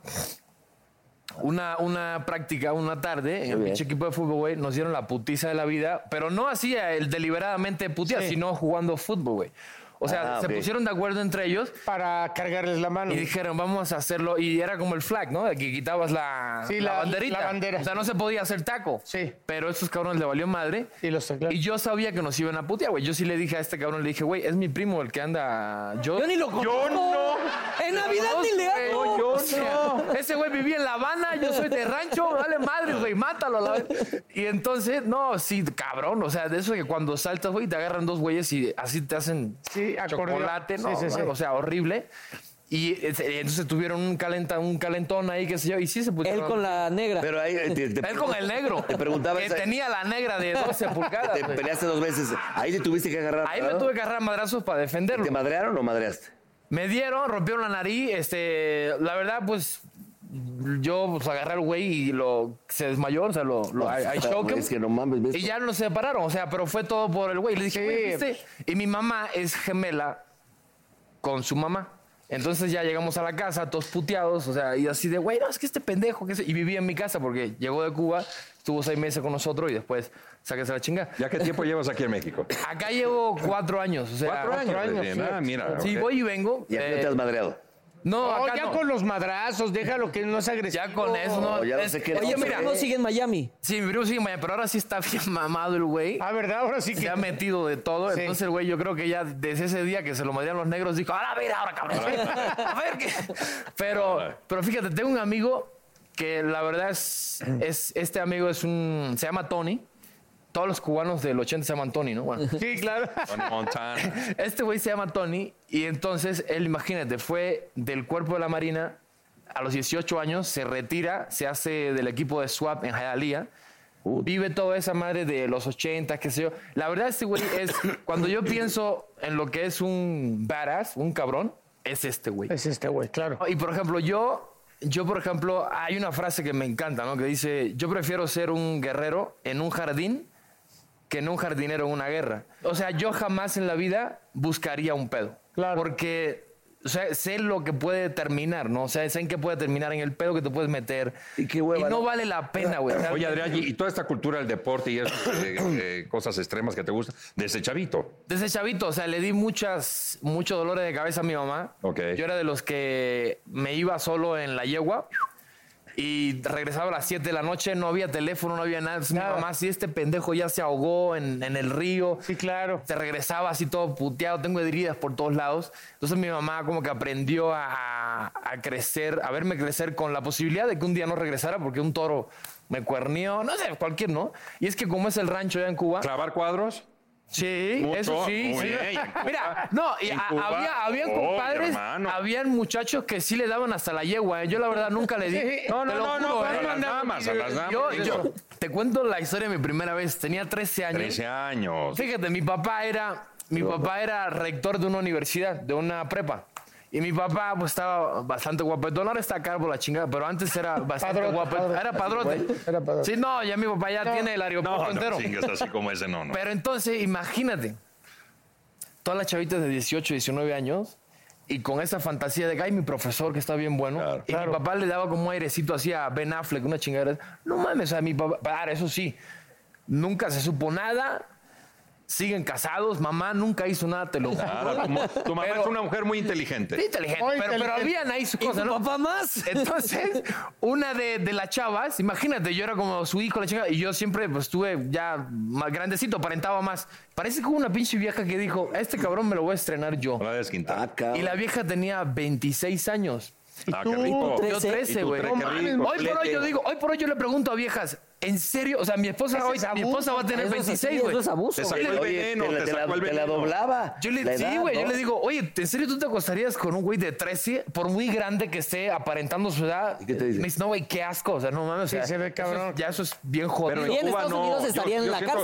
Una, una práctica, una tarde, en el
bien.
pinche equipo de fútbol, güey, nos dieron la putiza de la vida, pero no así eh, el deliberadamente putear, sino jugando fútbol, güey. O sea,
Ah,
se
ok.
pusieron de acuerdo entre ellos.
Para cargarles la mano.
Y dijeron, vamos a hacerlo. Y era como el flag, ¿no? De que quitabas la,
Sí,
la
la-
banderita.
la bandera.
O sea, no se podía hacer taco. Sí. Pero esos cabrones le valió madre. Y los Y yo sabía que nos iban a putear, güey. Yo sí le dije a este cabrón, le dije, güey, es mi primo el que anda. Yo,
Yo ni lo conozco.
Yo no.
En Navidad ni le
Güey,
hago.
yo
O sea,
no. Ese güey vivía en La Habana, yo soy de rancho, dale madre, güey, mátalo. a La vez. Y entonces, no, sí, cabrón, o sea, de eso que cuando saltas, güey, te agarran dos güeyes y así te hacen
Sí, acordeón.
chocolate, no,
Sí, sí, sí.
o sea, horrible. Y eh, entonces tuvieron un, calenta, un calentón ahí, qué sé yo, y sí se pusieron...
Él con la negra.
Pero ahí, eh, te- te-
Él con el negro.
Te preguntaba
Que
esa-
tenía la negra de 12 pulgadas.
Te
güey.
peleaste dos veces. Ahí te tuviste que agarrar.
Ahí me tuve que agarrar madrazos para defenderlo.
¿Te madrearon o madreaste?
Me dieron, rompieron la nariz, este, la verdad, pues, yo pues, agarré al güey y lo, se desmayó, o sea, lo, lo I, I shook him.
Ah, Es que no mames, ¿ves?
Y ya nos separaron, o sea, pero fue todo por el güey. Le dije, güey, ¿viste? Y mi mamá es gemela con su mamá. Entonces ya llegamos a la casa, todos puteados, o sea, y así de, güey, no, es que este pendejo, qué sé. Y vivía en mi casa porque llegó de Cuba, estuvo seis meses con nosotros y después, sáquese la chinga.
¿Ya qué tiempo llevas aquí en México?
Acá llevo cuatro años, o sea.
Cuatro años, recién. Ah,
sí.
mira,
Sí,
ok.
voy y vengo.
Y aquí no
eh,
te has madreado.
No,
No,
acá
Oh, ya
no.
con los madrazos, déjalo que no es agresivo.
Ya con eso, no.
Oh, ya
Es-
sé qué-
Oye,
Oye,
mi
mira.
primo sigue en Miami.
Sí, mi primo sigue en Miami, pero ahora sí está bien mamado el güey.
Ah, ¿verdad? Ahora sí
Se
que-
ha metido de todo.
Sí.
Entonces el güey, yo creo que ya desde ese día que se lo madrearon los negros, dijo, ahora a ver, ahora cabrón. A ver qué. Pero, pero fíjate, tengo un amigo que la verdad es, es. Este amigo es un. Se llama Tony. Todos los cubanos del 80 se llaman Tony, ¿no? Bueno.
Sí, claro.
Tony Montana.
Este güey se llama Tony y entonces él, imagínate, fue del cuerpo de la Marina a los 18 años, se retira, se hace del equipo de SWAP en Hialeah. Vive toda esa madre de los 80, qué sé yo. La verdad, este güey es. Cuando yo pienso en lo que es un badass, un cabrón, es este güey.
Es este güey, claro.
Y por ejemplo, yo. Yo, por ejemplo, hay una frase que me encanta, ¿no? Que dice: Yo prefiero ser un guerrero en un jardín que no un jardinero en una guerra. O sea, yo jamás en la vida buscaría un pedo. Claro. Porque o sea, sé lo que puede terminar, ¿no? O sea, sé en qué puede terminar, en el pedo que te puedes meter. Y
qué hueva,
Y no
¿no?
vale la pena, güey. O sea,
Oye, Adrián, y y toda esta cultura del deporte y eso, eh, eh, cosas extremas que te gustan, desde chavito.
Desde chavito, o sea, le di muchas, muchos dolores de cabeza a mi mamá.
Ok.
Yo era de los que me iba solo en la yegua y regresaba a las 7 de la noche, no había teléfono, no había nada. Entonces, Mi mamá, si este pendejo ya se ahogó en, en el río.
Sí, claro.
Se regresaba así todo puteado, tengo heridas por todos lados. Entonces mi mamá como que aprendió a, a crecer, a verme crecer con la posibilidad de que un día no regresara porque un toro me cuernió, no sé, cualquier, ¿no? Y es que como es el rancho allá en Cuba...
¿Clavar cuadros?
Sí,
Mucho,
eso sí.
muy
sí.
bien, y en Cuba-
Mira, no, y
en
a-
Cuba-
había, habían
Oye,
compadres,
hermano.
habían muchachos que sí le daban hasta la yegua. ¿eh? Yo la verdad nunca le di.
Sí. No, no,
Te lo
no, no,
juro,
pero
¿eh?
no
A las
andamos-
damas, a las damas.
Yo,
eso.
yo te cuento la historia de mi primera vez. Tenía 13 años.
13 años.
Fíjate, mi papá era, mi papá era rector de una universidad, de una prepa. Y mi papá pues, estaba bastante guapetón. Ahora está calvo la chingada, pero antes era bastante
Padrote,
guapetón.
padrote.
Era padrote.
Era padrote.
Sí, no, ya mi papá ya tiene el aeropuerto
No,
entero.
no, chingues así como ese, no, no.
Pero entonces, imagínate, todas las chavitas de 18, 19 años, y con esa fantasía de que hay mi profesor que está bien bueno, y mi papá le daba como un airecito así a Ben Affleck, una chingadera. No mames, o sea, mi papá, para, eso sí, nunca se supo nada, siguen casados, mamá nunca hizo nada, te lo juro.
Nada, tu, mo- tu mamá
Pero-
es una mujer muy inteligente.
Sí, inteligente,
Muy
pero, pero
inteligente.
habían ahí su
¿Y
cosa,
tu
¿no?
papá más?
Entonces, una de, de las chavas, imagínate, yo era como su hijo, la chica, y yo siempre pues estuve ya más grandecito, aparentaba más. Parece que hubo una pinche vieja que dijo, a este cabrón me lo voy a estrenar yo.
Hola,
Ah,
desquintada.
cabrón.
Y la vieja tenía 26 años.
Ah, qué rico.
Yo
¿Trece?
13,
Y tú
güey.
tres, qué rico,
Hoy por hoy
filete.
yo digo, hoy por hoy yo le pregunto a viejas, En serio, o sea, mi esposa
Ese
hoy,
es
mi
abuso,
esposa va a tener
eso es-
26,
sí,
güey.
eso es abuso. Te sacó el
Oye,
veneno,
te la-
te
te la-
sacó el
te la
veneno.
doblaba. Yo le,
La
sí,
edad,
güey, yo
¿no?
le digo, oye, ¿en serio tú te acostarías con un güey de 13, por muy grande que esté aparentando su edad? ¿Y qué te dice? Me dice, no, güey, qué asco, o sea, no mames. o
Sí,
sea,
se ve
eso es-
cabrón.
ya eso es bien jodido.
Pero yo- yo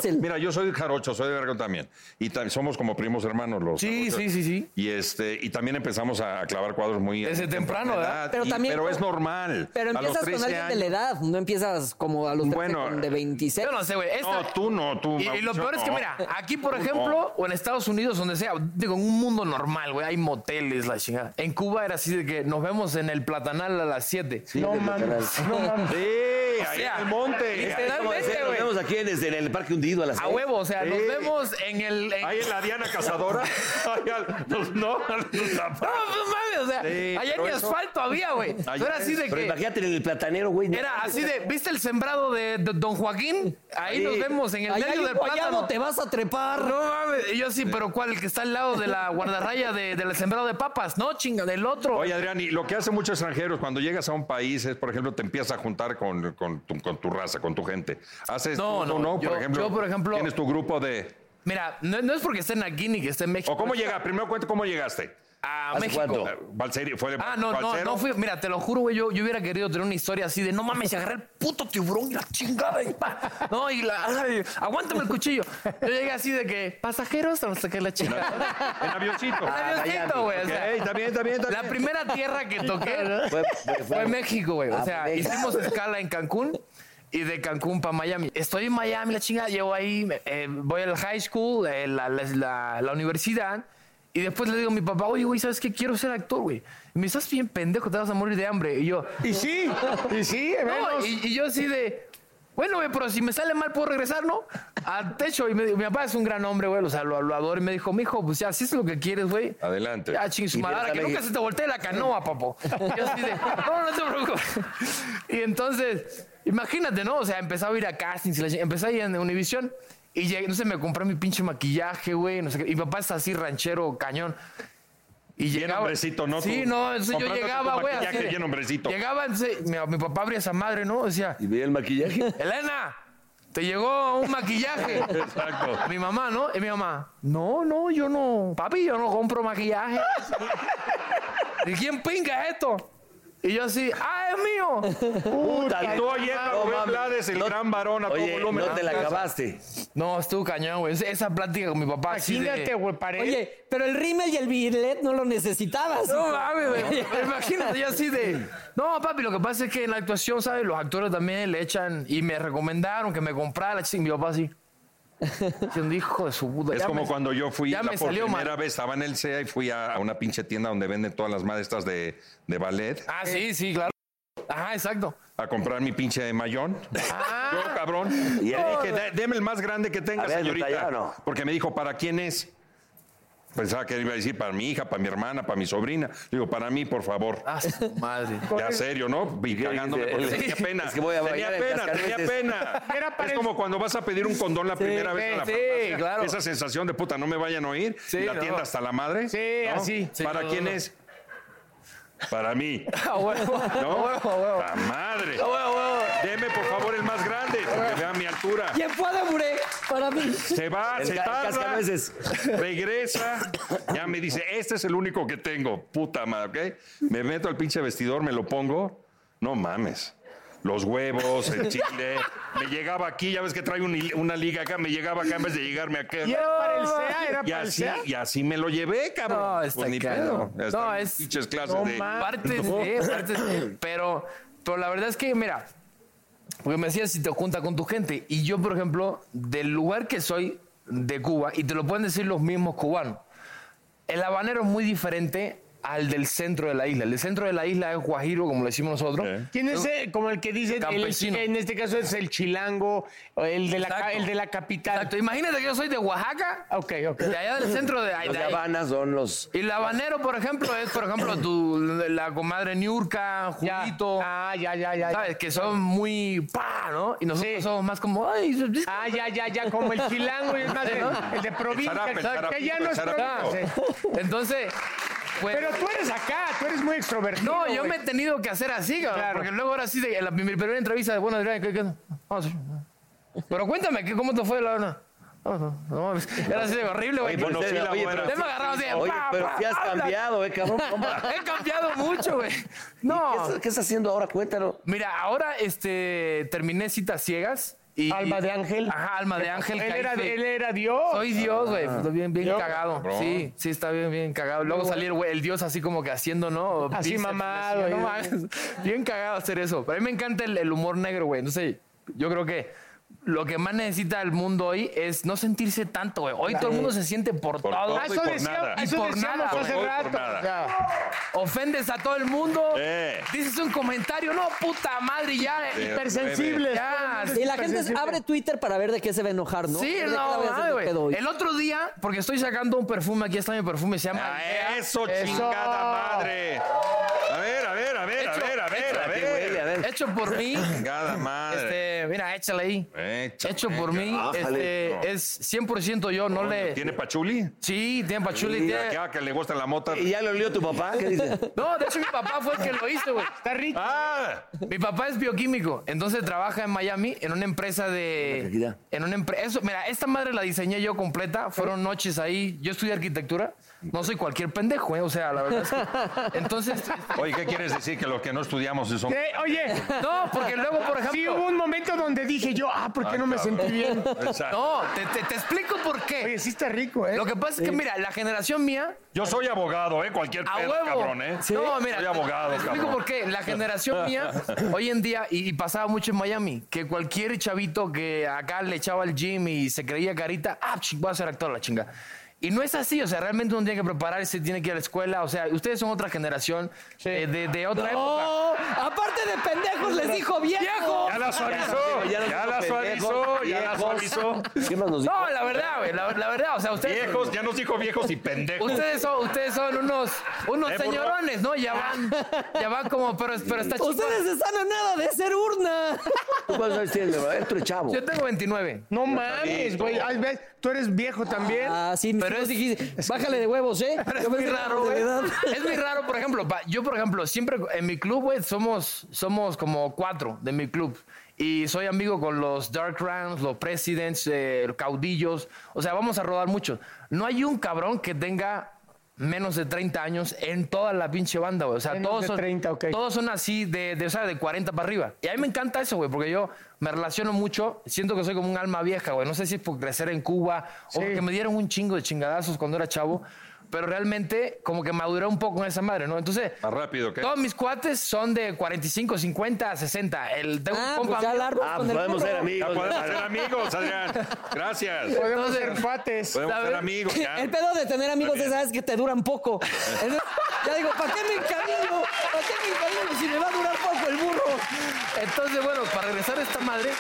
siento- Mira, yo soy jarocho, soy de Veracruz también. Y tam- somos como primos hermanos los
Sí, sí, sí, sí.
Y, este, y también empezamos a clavar cuadros muy...
Desde
muy
temprano,
temprana
¿verdad?
edad.
Pero
Y-
también-
pero es normal.
Pero
A los
empiezas con
13
alguien de la
años-
edad, no empiezas como a los 13 con de 26.
Yo no sé, güey. Esta-
No, tú no, tú.
Y, y lo
Mauricio,
peor es que,
no.
mira, aquí, por
Tú no.
ejemplo, o en Estados Unidos, donde sea, digo, en un mundo normal, güey, hay moteles, la chingada. En Cuba era así de que nos vemos en el platanal a las 7.
No en el mames, Platanal. no mames.
Sí,
ahí en el monte.
Este,
Es como decir,
Literalmente,
nos
güey.
vemos aquí en, este, en el Parque Hundido a las
A
seis.
huevo, o sea, nos
Sí.
vemos en el.
Ahí en la Diana Cazadora. Ahí al- no, no,
No, no mames, o sea,
Sí,
allá
pero
ni
eso-
asfalto había, güey. No
Ay,
Era así de
pero
que.
Imagínate en el platanero, güey. no.
Era así de, ¿viste el sembrado de, de Don Joaquín? Ahí
Sí.
nos vemos en el
Ahí hay
medio
un
del
guayabo,
plátano.
te vas
a trepar.
No mames. Y yo sí, pero ¿cuál? El que está al lado de la guardarraya de- del sembrado de papas. No, chinga, del otro.
Oye, Adrián, y lo que hacen muchos extranjeros cuando llegas a un país es, por ejemplo, te empiezas a juntar con, con tu, con tu raza, con tu gente. Haces
No,
tú,
no,
tú no,
yo-
por ejemplo.
yo, por ejemplo-
Tienes tu grupo de.
Mira, no, no es porque estén aquí ni que estén en México.
¿O cómo llega? Primero cuenta cómo llegaste.
A México.
Valserio, fue de
Ah, no, no,
Valsero.
no fui. Mira, te lo juro, güey, yo, yo hubiera querido tener una historia así de no mames, y agarré el puto tiburón y la chingada y pa. No, y la. ay, aguántame el cuchillo. Yo llegué así de que pasajeros, no sé qué la chingada.
En avioncito.
En avioncito, güey.
Ah,
o
Ok,
sea,
está bien, está bien, está
La
bien.
primera tierra que toqué
Fue-
fue,
fue- fue-
México, güey.
Ah,
O sea,
fue México.
hicimos escala en Cancún y de Cancún para Miami. Estoy en Miami, la chingada, llevo ahí, eh, voy al high school, eh, la, la- la- la universidad. Y después le digo a mi papá, oye, güey, ¿sabes qué? Quiero ser actor, güey. Y me dice, estás bien pendejo, te vas a morir de hambre. Y yo...
Y sí, y sí,
No,
menos.
y, y yo así de... Bueno, güey, pero si me sale mal, ¿puedo regresar, no? Al techo. Y me dijo, mi papá es un gran hombre, güey. O sea, lo, lo adoro. Y me dijo, mijo, pues ya, si es lo que quieres, güey.
Adelante.
Ya, ching, su madre, ahora que nunca se te voltee la canoa, papo. Y yo así de, no, no te preocupes. Y entonces, imagínate, ¿no? O sea, empezaba a ir a castings, y la ching- empecé a ir en Univision y llegué, no sé, me compré mi pinche maquillaje, güey, no sé qué. Y mi papá es así ranchero, cañón. Y llegaba.
hombrecito, ¿no?
Sí,
Tú
no, entonces yo
comprándote tu
llegaba, güey.
maquillaje
así de-
bien hombrecito.
Llegaba, entonces, mi, mi papá abría esa madre, ¿no? Decía,
¿Y veía el maquillaje?
Elena, te llegó un maquillaje.
Exacto.
Mi mamá, ¿no? Y mi mamá, no, no, yo no. Papi, yo no compro maquillaje. ¿De quién pinga es esto? Y yo así, ah, es mío.
Puta, y tú oyendo a Rubén Blades, el gran varón a todo volumen.
Ah,
Ah,
No, estuvo cañón, güey. Esa- Esa plática con mi papá. así de- eh.
Oye, pero el rímel y el bilet no lo necesitabas.
No
hijo.
mames, güey. Imagínate, yo así de. No, papi, lo que pasa es que en la actuación, ¿sabes? Los actores también le echan. Y me recomendaron que me comprara la ching. Mi papá así. Diciendo, hijo de su puta.
Es
ya
como
me-
cuando yo fui
ya
la
me
por
salió
primera
mal.
vez, estaba en el CEA y fui a, a una pinche tienda donde venden todas las maestras de, de ballet
Ah, sí, sí, claro. Ajá, exacto.
a comprar mi pinche mayón.
Ah.
Yo, cabrón. Y le
No,
dije, "Dé- deme el más grande que tenga,
A ver, ¿lo talla
señorita.
o no?
Porque me dijo, ¿para quién es? Pensaba que iba a decir para mi hija, para mi hermana, para mi sobrina. Digo, para mí, por favor.
Ah, su madre.
Ya serio, ¿no? Y cagándome porque tenía pena.
Es que voy a
tenía
bailar el
pena, tenía
Cascanueces.
pena.
Era para
es
el-
como cuando vas a pedir un condón la primera vez a la
sí,
farmacia.
claro.
Esa sensación de puta, no me vayan a oír.
Sí,
y la
no.
tienda hasta la madre.
Sí,
¿no?
así. Sí,
¿Para
no,
quién
no, no.
es? Para mí.
A huevo,
¿No?
a huevo, a huevo.
¡La madre!
A huevo, a huevo.
Deme, por favor, el más grande, que vea mi altura.
¿Quién fue a Demuré? Para mí.
Se va,
El
se
ca-
tarda,
cascanueces.
regresa, ya me dice, este es el único que tengo, puta madre, ¿ok? Me meto al pinche vestidor, me lo pongo, no mames. Los huevos, el chile. Me llegaba aquí, ya ves que trae un hil- una liga acá, me llegaba acá en vez de llegarme acá.
Y era para el CEA, era
Y
para el
así,
CEA.
y así me lo llevé, cabrón. Pues
No, está cabrón.
Ya
No,
están
es-
Pinches clases
No
de...
mames.
Partes de, partes de. Pero, pero la verdad es que, mira, porque me decías si te junta con tu gente. Y yo, por ejemplo, del lugar que soy, de Cuba, y te lo pueden decir los mismos cubanos, el habanero es muy diferente al del centro de la isla. El del centro de la isla es Guajiro, como lo decimos nosotros.
¿Quién es eh, como el que dice, el-
Campesino.
en este caso es el chilango, o el de la, ca-
Exacto.
el de la capital?
Exacto. Imagínate que yo soy de Oaxaca,
Ok, ok.
de allá del centro de,
Los
de
de
ahí.
Habana son los.
Y el habanero, por ejemplo, es, por ejemplo, tu, la comadre Niurka,
Ya.
Julito.
Ah, ya, ya, ya. ya.
¿Sabes? Que son muy pa, ¿no? Y nosotros
Sí.
somos más como, ay,
Ah, ya, ya, ya, como el chilango, y es más, el, el de provincia,
El zarape, el
que ya
zarapito,
no es
el zarapito.
provincia.
entonces, pues.
Pero tú eres acá, tú eres muy extrovertido.
no, yo
güey.
me he tenido que hacer así, cabrón,
Claro.
porque luego ahora sí, de, en la, mi primera entrevista de bueno, Adrián, ¿qué, qué? Vamos, Pero cuéntame, ¿qué- ¿cómo te fue la hora? No, no, no mames. Era así de horrible, güey.
Oye, pero usted- oye, pero-
Usted me agarraba así de
oye,
pa,
pero
pa,
sí has
habla.
cambiado, eh, cabrón, compa.
He cambiado mucho, güey. No.
¿Qué estás haciendo ahora? Cuéntalo.
Mira, ahora este, terminé citas ciegas. Y,
Alma de ángel.
Ajá, alma de ángel.
Él
caí
era,
fe-
él era Dios.
Soy Dios, güey.
Ah.
Estoy bien, bien
Yo-
cagado.
Cabrón.
Sí, sí, está bien, bien cagado. Luego
Luego-
salir, güey, el Dios así como que haciendo, ¿no?
Así
Bíceps,
mamado,
así,
y-
no mames. Bien cagado hacer eso. Pero a mí me encanta el, el humor negro, güey. Entonces, yo creo que lo que más necesita el mundo hoy es no sentirse tanto, güey. Hoy
Claro.
todo el mundo se siente por,
Por
todo.
todo y Ah, eso por decía- nada.
Y
eso
por
decíamos
nada.
hace
güey.
rato, Por nada. o sea.
Ofendes a todo el mundo. Dices un comentario, no, puta madre, ya.
Eh.
eh,
Sí,
Hipersensibles.
Ya,
Y la gente abre Twitter para ver de qué se va a enojar, ¿no?
Sí,
¿De qué la
no,
voy a hacer de
mames,
pedo hoy?
güey. El otro día, porque estoy sacando un perfume, aquí está mi perfume, se llama.
Ah, eso, chingada madre. A ver, a ver, a ver, a ver, a ver, a
Espérate, güey, a ver.
ver.
Hecho por mí.
Chingada madre.
Este, mira, échale ahí. Hecho por mí,
Ájale.
este, es 100% yo, no le...
¿Tiene pachuli?
Sí, tiene pachuli.
Y
tiene-
acá que le gusta la mota.
¿Y ya le olió tu papá? ¿Qué dice? No, de hecho mi papá fue el que lo hizo, güey. Está
rico.
Ah.
Mi papá es bioquímico, entonces trabaja en Miami en una empresa de... En una empresa... mira, esta madre la diseñé yo completa, fueron noches ahí, yo estudié arquitectura, no soy cualquier pendejo, ¿eh? o sea, la verdad es que... Entonces...
Oye, ¿qué quieres decir? Que los que no estudiamos sí son...
Eh, oye.
No, porque luego, por ejemplo-
Sí hubo un momento donde dije yo, ah, ¿por qué
Ah,
no me
cabrón.
sentí bien?
Exacto.
No, te, te- te explico por qué.
Oye, sí está rico, ¿eh?
Lo que pasa es que,
Sí.
mira, la generación mía
Yo soy abogado, ¿eh? Cualquier
A
pedo,
huevo.
cabrón, ¿eh?
No, mira.
Soy
te-
abogado,
te explico
cabrón.
por qué. La generación mía, hoy en día, y, y pasaba mucho en Miami, que cualquier chavito que acá le echaba al gym y se creía carita, ah, ching, voy a ser actor, la chinga. Y no es así, o sea, realmente uno tiene que prepararse, tiene que ir a la escuela, o sea, ustedes son otra generación eh, de, de otra
No,
época.
aparte de pendejos les dijo viejo.
Ya la
Ya
suavizó,
los
ya
dijo
la
pendejos,
suavizó, ya la
viejos.
suavizó.
¿Qué más nos
No, la verdad, güey, la, la verdad, o sea, ustedes...
Viejos, ya nos dijo viejos y pendejos.
Ustedes son, ustedes son unos, unos
¿Eh, burro?
señorones, ¿no? Ya van, ya van como, pero, pero está chido.
Ustedes están a nada de ser urna.
¿Tú cuántos años tienes, Gabriel? Tú eres chavo.
Yo tengo 29.
No mames, güey. Ay, ves, Tú eres viejo también.
Ah, sí, mis
Pero
hijos
es-
dijiste, bájale de huevos, ¿eh?
Pero
Yo
es muy
pensé que
raro,
de
güey.
edad.
Es muy raro, por ejemplo. pa- Yo, por ejemplo, siempre en mi club, güey, somos, somos como cuatro de mi club. Y soy amigo con los Dark Rams, los Presidents, eh, los Caudillos. O sea, vamos a rodar mucho. No hay un cabrón que tenga menos de 30 años en toda la pinche banda, güey. O sea,
Menos
todos
de
son,
30, ok.
todos son así de, de, o sea, de 40 para arriba. Y a mí me encanta eso, güey, porque yo me relaciono mucho. Siento que soy como un alma vieja, güey. No sé si es por crecer en Cuba o porque me dieron un chingo de chingadazos cuando era chavo. Pero realmente como que maduré un poco en esa madre, ¿no? Entonces,
Más rápido, ¿qué?
todos mis cuates son de 45, 50, 60. El tengo un
Ah,
compa
pues ya
mío-
largo
Ah,
con
pues
el
podemos ser
burro.
Ya
amigos.
podemos ser amigos, Adrián. Gracias.
Podemos
Entonces,
ser cuates.
Podemos ser
¿sabes?
amigos, ya.
El pedo de tener amigos
Está
es,
bien.
sabes, que te duran poco. Entonces, ya digo, ¿para qué me encamino? ¿Para qué me encamino si me va a durar poco el burro?
Entonces, bueno, para regresar a esta madre,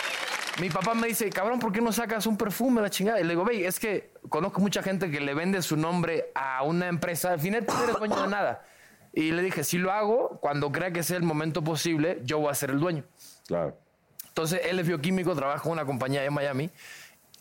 mi papá me dice, cabrón, ¿por qué no sacas un perfume a la chingada? Y le digo, ve, es que conozco mucha gente que le vende su nombre a una empresa. Al final tú no eres dueño de nada. Y le dije, si lo hago, cuando crea que sea el momento posible, yo voy a ser el dueño.
Claro.
Entonces, él es bioquímico, trabaja con una compañía de Miami.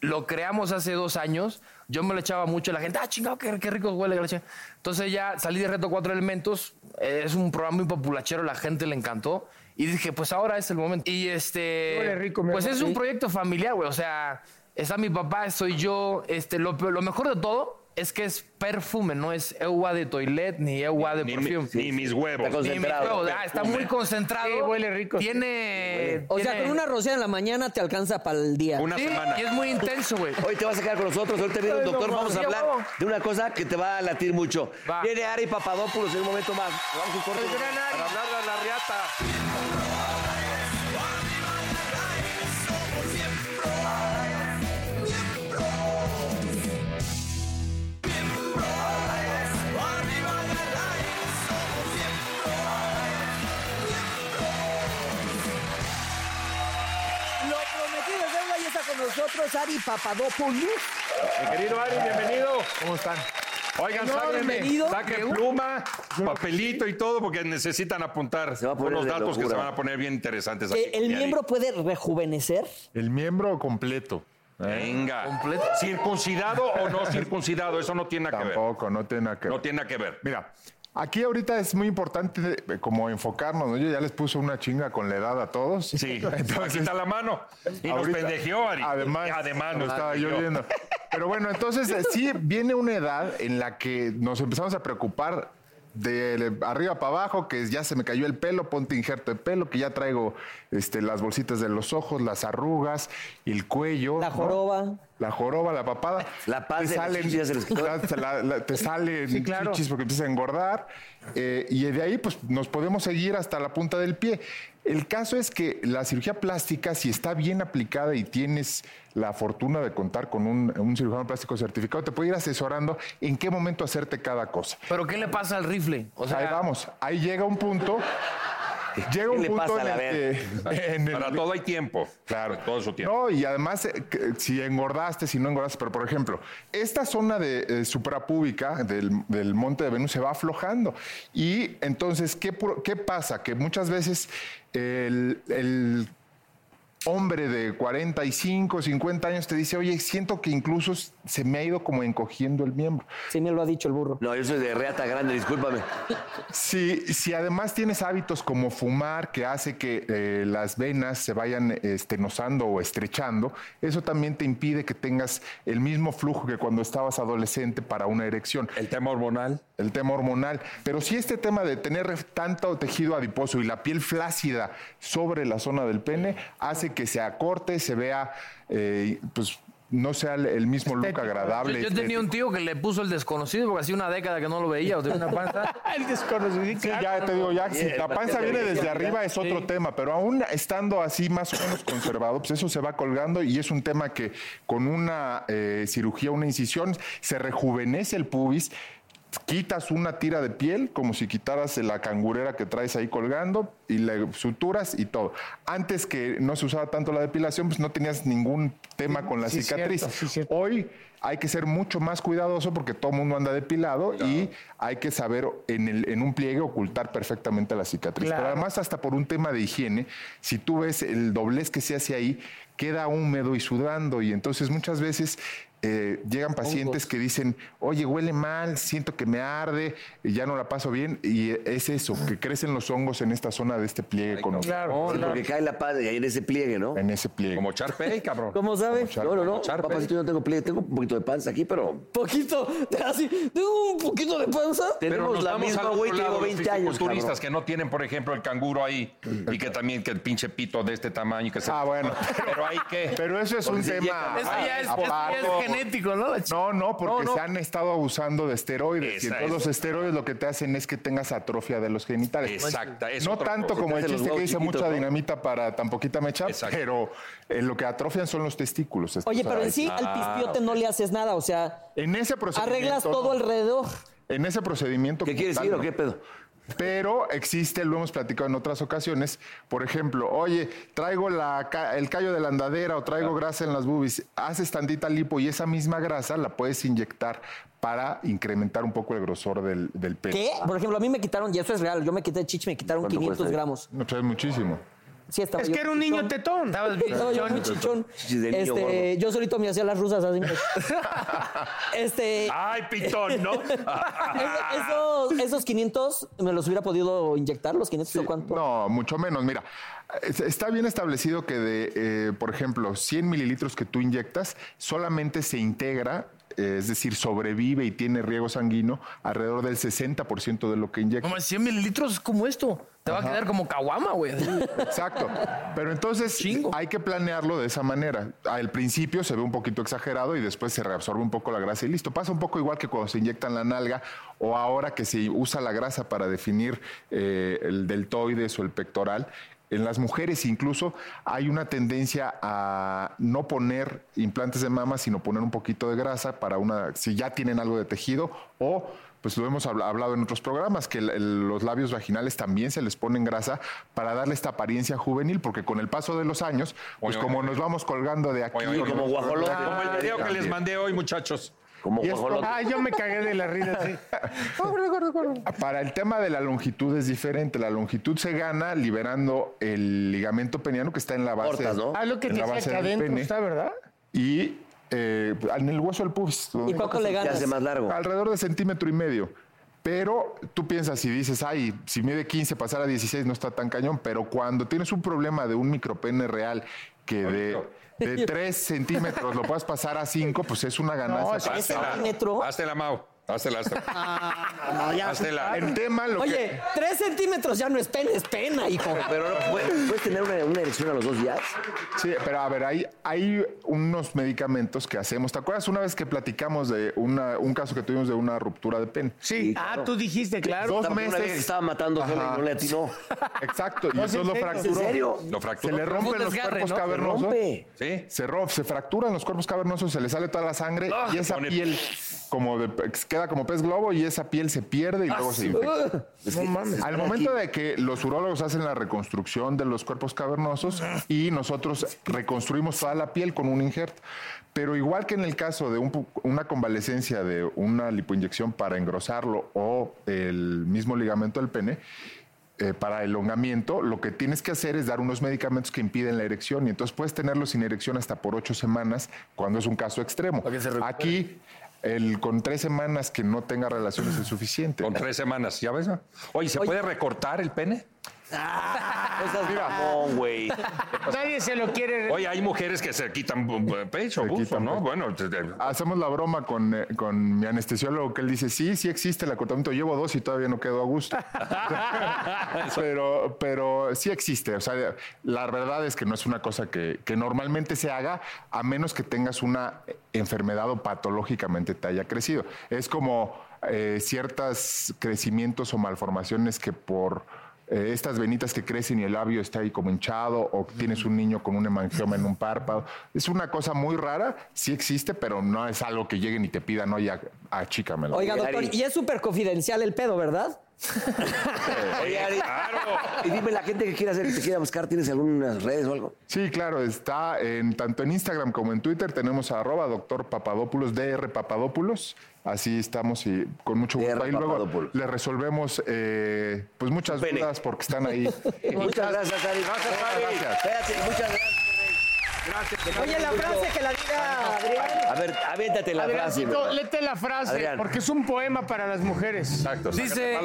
Lo creamos hace dos años. Yo me lo echaba mucho. La gente, ah, chingado, qué, qué rico huele. que la chingada". Entonces ya salí de Reto Cuatro Elementos. eh, es un programa muy populachero. La gente le encantó. Y dije, pues ahora es el momento. Y este...
Huele rico, mi
Pues
amor,
es un
sí.
proyecto familiar, güey. O sea, está mi papá, soy yo. Este, lo, peor- lo mejor de todo es que es perfume. No es agua de toilet ni agua de
Ni, mi-
perfume.
ni mis huevos.
Está
Ni mi
concentrado.
huevo, ah, está muy concentrado.
Sí, huele rico.
Tiene...
O sea,
tiene-
con una rociada en la mañana te alcanza para el día.
Una
Sí,
semana.
y es muy intenso, güey.
Hoy te vas a quedar con nosotros, ahorita viene el
Ay, no
doctor, vamos
mames.
a hablar
Ya, huevo.
de una cosa que te va a latir mucho.
Va.
Viene Ari Papadopoulos en un momento más. Vamos a un corte.
Para hablar de la riata.
Lo prometido es deuda y está con nosotros Ari Papadopoulos.
Mi querido Ari, bienvenido.
¿Cómo están?
Oigan,
Señor,
sáquenme,
bienvenido.
saquen pluma, papelito y todo, porque necesitan apuntar
Se va a poner
unos
de
datos que
locura.
se van a poner bien interesantes.
Que
aquí,
el
mi Ari.
miembro puede rejuvenecer.
El miembro completo. ¿eh?
Venga.
Completo.
Circuncidado o no circuncidado, eso no tiene nada que ver.
Tampoco, no tiene nada que
No
ver.
tiene nada que ver.
Mira,
Aquí ahorita es muy importante eh, como enfocarnos, ¿no? Yo ya les puse una chinga con la edad a todos. Sí,
Entonces, quita la mano. Y nos pendejeó, Ari.
Además,
Además,
lo
nos
estaba yo
pendejeó.
viendo. Pero bueno, entonces eh, sí viene una edad en la que nos empezamos a preocupar de arriba para abajo, que ya se me cayó el pelo, ponte injerto de pelo, que ya traigo este, las bolsitas de los ojos, las arrugas, el cuello. La
joroba.
La joroba, la papada. La
paz de las chichis se les quitó.
la- la- te salen
Sí, claro.
chichis porque empiezas a engordar. eh, y de ahí, pues, nos podemos seguir hasta la punta del pie. El caso es que la cirugía plástica, si está bien aplicada y tienes la fortuna de contar con un, un cirujano plástico certificado, te puede ir asesorando en qué momento hacerte cada cosa.
¿Pero qué le pasa al rifle? O sea,
ahí vamos, ahí llega un punto. Llega un
le
punto
pasa,
en
la
el
verdad?
que- en el-
Para todo hay tiempo. Claro. todo su tiempo.
no, y además, eh, que- si engordaste, si no engordaste, pero por ejemplo, esta zona de eh, suprapúbica del, del monte de Venus se va aflojando. Y entonces, ¿qué, pro- qué pasa? Que muchas veces el, el hombre de 45, 50 años te dice, oye, siento que incluso s- se me ha ido como encogiendo el miembro.
Sí, me lo ha dicho el burro.
No, yo soy de reata grande, discúlpame. Si, si además tienes hábitos como fumar, que hace que eh, las venas se vayan estenosando o estrechando, eso también te impide que tengas el mismo flujo que cuando estabas adolescente para una erección.
El tema hormonal.
El tema hormonal. Pero si este tema de tener tanto tejido adiposo y la piel flácida sobre la zona del pene hace que se acorte, se vea, eh, pues no sea el- el mismo look
Yo,
agradable.
yo tenía un tío que le puso el desconocido porque hacía una década que no lo veía o tenía una panza.
el desconocido. Sí, ya te digo, ya, si la panza viene desde arriba es otro tema, pero aún estando así más o menos conservado, pues eso se va colgando y es un tema que con una eh, cirugía, una incisión, se rejuvenece el pubis. Quitas una tira de piel como si quitaras la cangurera que traes ahí colgando y le suturas y todo. Antes que no se usaba tanto la depilación, pues no tenías ningún tema con la
Sí,
cicatriz.
cierto, sí,
Hoy hay que ser mucho más cuidadoso porque todo el mundo anda depilado y hay que saber en, el- en un pliegue ocultar perfectamente la cicatriz. Pero
Claro.
además hasta por un tema de higiene, si tú ves el doblez que se hace ahí, queda húmedo y sudando y entonces muchas veces... eh, llegan pacientes que dicen, oye, huele mal, siento que me arde, y ya no la paso bien, y es eso, que crecen los hongos en esta zona de este pliegue con
Sí, Porque cae la paz en ese pliegue, ¿no?
En ese pliegue.
Como
charpe, cabrón.
¿Cómo
sabe?
No, no, no. Papacito, yo no tengo pliegue. Tengo un poquito de panza aquí, pero...
Poquito, así, tengo un poquito de panza.
Tenemos la misma, güey, que llevo 20 años,
turistas
cabrón.
que no tienen, por ejemplo, el canguro ahí y que también que el pinche pito de este tamaño y que se... Ah,
bueno.
Pero hay que...
Pero eso es un tema
Eso ya es- eso ya es
aparte.
genético, ¿no?
No, no, porque
No, no.
se han estado abusando de esteroides.
Esa
y entonces
es.
los esteroides lo que te hacen es que tengas atrofia de los genitales.
Exacta, es
no
otra
tanto
cosa.
como
Te
el
hacen los
chiste que
huevos
dice
chiquitos,
mucha
¿no?
dinamita para tan poquita mecha, pero eh, lo que atrofian son los testículos. Este
Oye, pero en
Entonces,
sí
ahí-
al pispiote no le haces nada, o sea,
En ese procedimiento.
arreglas
no.
todo alrededor.
En ese procedimiento. ¿Qué
quieres ir o qué
pedo? Pero existe, lo hemos platicado en otras ocasiones, por ejemplo, oye, traigo la ca- el callo de la andadera o traigo grasa en las boobies, haces tantita lipo y esa misma grasa la puedes inyectar para incrementar un poco el grosor del, del pelo.
¿Qué? Por ejemplo, a mí me quitaron, y eso es real, yo me quité chichi, me quitaron 500 gramos.
No, pues es muchísimo.
Sí, estaba
Es
yo
que era un niño
chichón.
tetón. Estabas bien
Estaba yo
chichón.
muy chichón.
Chichis de niño
Este,
gordo.
yo solito me hacía las rusas así. este.
Ay, pitón, ¿no?
esos, esos 500 me los hubiera podido inyectar, los 500 o cuánto.
No, mucho menos. Mira, es- está bien establecido que de, eh, por ejemplo, 100 mililitros que tú inyectas, solamente se integra, eh, es decir, sobrevive y tiene riego sanguíneo alrededor del 60% de lo que inyectas.
Como 100 mililitros es como esto. Te va a quedar como caguama, güey.
Exacto. Pero entonces hay que planearlo de esa manera. Al principio se ve un poquito exagerado y después se reabsorbe un poco la grasa y listo. Pasa un poco igual que cuando se inyectan la nalga o ahora que se usa la grasa para definir eh, el deltoides o el pectoral. En las mujeres incluso hay una tendencia a no poner implantes de mama, sino poner un poquito de grasa para una, si ya tienen algo de tejido o pues lo hemos habla- hablado en otros programas, que el- el- los labios vaginales también se les ponen grasa para darle esta apariencia juvenil, porque con el paso de los años, pues
Oye,
como nos vamos colgando de aquí. o nos-
Como el video que les mandé hoy, muchachos.
Como Y es- guajolote.
Ah, yo me cagué de la risa, sí.
Para el tema de la longitud es diferente. La longitud se gana liberando el ligamento peniano que está en la base.
Cortas, ¿no? Ah, lo que
en
te
la
decía
base
que
del
adentro
pene.
está, ¿verdad?
Y eh, en el hueso del pubis.
cuánto le ganas?
Alrededor de centímetro y medio.
Pero tú piensas y dices, ay, si mide 15, pasar a 16 no está tan cañón, pero cuando tienes un problema de un micropene real que de, de 3 centímetros lo puedas pasar a 5, pues es una ganancia. para-
Hazte la Mau. Hazte la
No, ya.
Hazla.
El tema, lo
Oye, tres centímetros ya no es pena, es pena, hijo.
Pero ¿puedes, tener una, erección a los dos días. Sí, pero a ver, hay, hay unos medicamentos que hacemos. ¿Te acuerdas una vez que platicamos de una- un caso que tuvimos de una ruptura de pene?
Sí. Ah, tú dijiste, claro.
Dos
Estaba- una
meses.
vieja que estaba matando sola y
Ajá.
no le atinó.
Exacto. Y
No, ¿es
entonces
en
lo
serio?
fracturó.
¿En serio?
Lo fracturó.
Se le
Pero fue un
rompen los
desgarre,
cuerpos
¿no? Se
cavernosos.
rompe.
Sí. Se, rom- se fracturan los cuerpos cavernosos, se le sale toda la sangre
Ah,
y
se
esa
pone-
piel como de- queda como pez globo y esa piel se pierde y
Ah,
luego se
sí.
infecta.
Es que- No mames.
Al momento de que los urólogos hacen la reconstrucción de los cuerpos cavernosos y nosotros reconstruimos toda la piel con un injerto. Pero igual que en el caso de un pu- una convalecencia de una lipoinyección para engrosarlo o el mismo ligamento del pene, eh, para elongamiento, lo que tienes que hacer es dar unos medicamentos que impiden la erección y entonces puedes tenerlo sin erección hasta por ocho semanas cuando es un caso extremo. Aquí, el con tres semanas que no tenga relaciones es suficiente.
Con tres semanas, ¿ya ves? no? Oye, ¿se puede recortar el pene? güey.
Ah, Nadie se lo quiere.
Oye, hay mujeres que se pues. quitan bu- bu- pecho, buzo, ¿no? Bueno, te- te-
Hacemos la broma con, eh, con mi anestesiólogo que él dice, sí, sí existe el acortamiento, llevo dos y todavía no quedo a gusto. pero, pero sí existe, o sea, la verdad es que no es una cosa que, que normalmente se haga a menos que tengas una enfermedad o patológicamente te haya crecido. Es como eh, ciertos crecimientos o malformaciones que por eh, estas venitas que crecen y el labio está ahí como hinchado, o tienes un niño con un hemangioma en un párpado. Es una cosa muy rara, sí existe, pero no es algo que lleguen y te pidan, oye, ach- achícamelo.
Oiga, doctor, y es súper confidencial el pedo, ¿verdad?
Oye, Ari, Y dime, la gente que quiera hacer, que te quiera buscar, ¿tienes algunas redes o algo?
Sí, claro, está en tanto en Instagram como en Twitter, tenemos a arroba doctor Papadopoulos, DR Papadopoulos. Así estamos y con mucho gusto. Ahí luego le resolvemos eh, pues muchas dudas porque están ahí.
Muchas gracias, Ari. Gracias, Ari. Espérate, muchas gracias. Gracias.
Oye, la frase que la diga Adrián.
A ver, aviéntate la frase.
Adriancito,
bro.
léete la frase,
Adrián.
porque es un poema para las mujeres. Exacto,
Dice,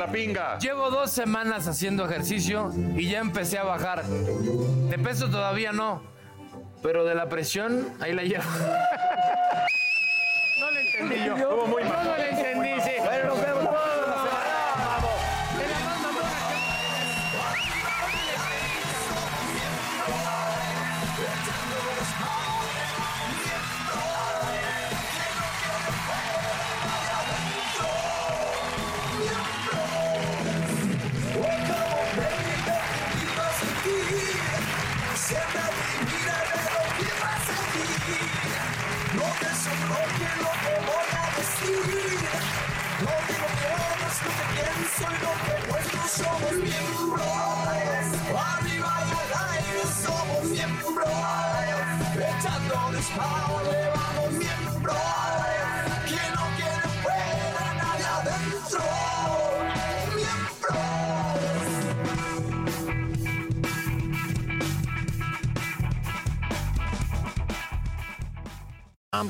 llevo dos semanas haciendo ejercicio y ya empecé a bajar. De peso todavía no, pero de la presión ahí la llevo.
No le entendí yo. no, no le entendí, sí. Bueno, nos vemos la próxima semana.
Siempre mira de lo que va a seguir. No te sonroje lo que voy a decir. No digo todo, es lo que pienso y lo que muestro. Somos miembros. Arriba y al aire somos miembros. Echando desmadre vamos miembros. Quien no quiere fuera, nadie adentro. Miembros.
I'm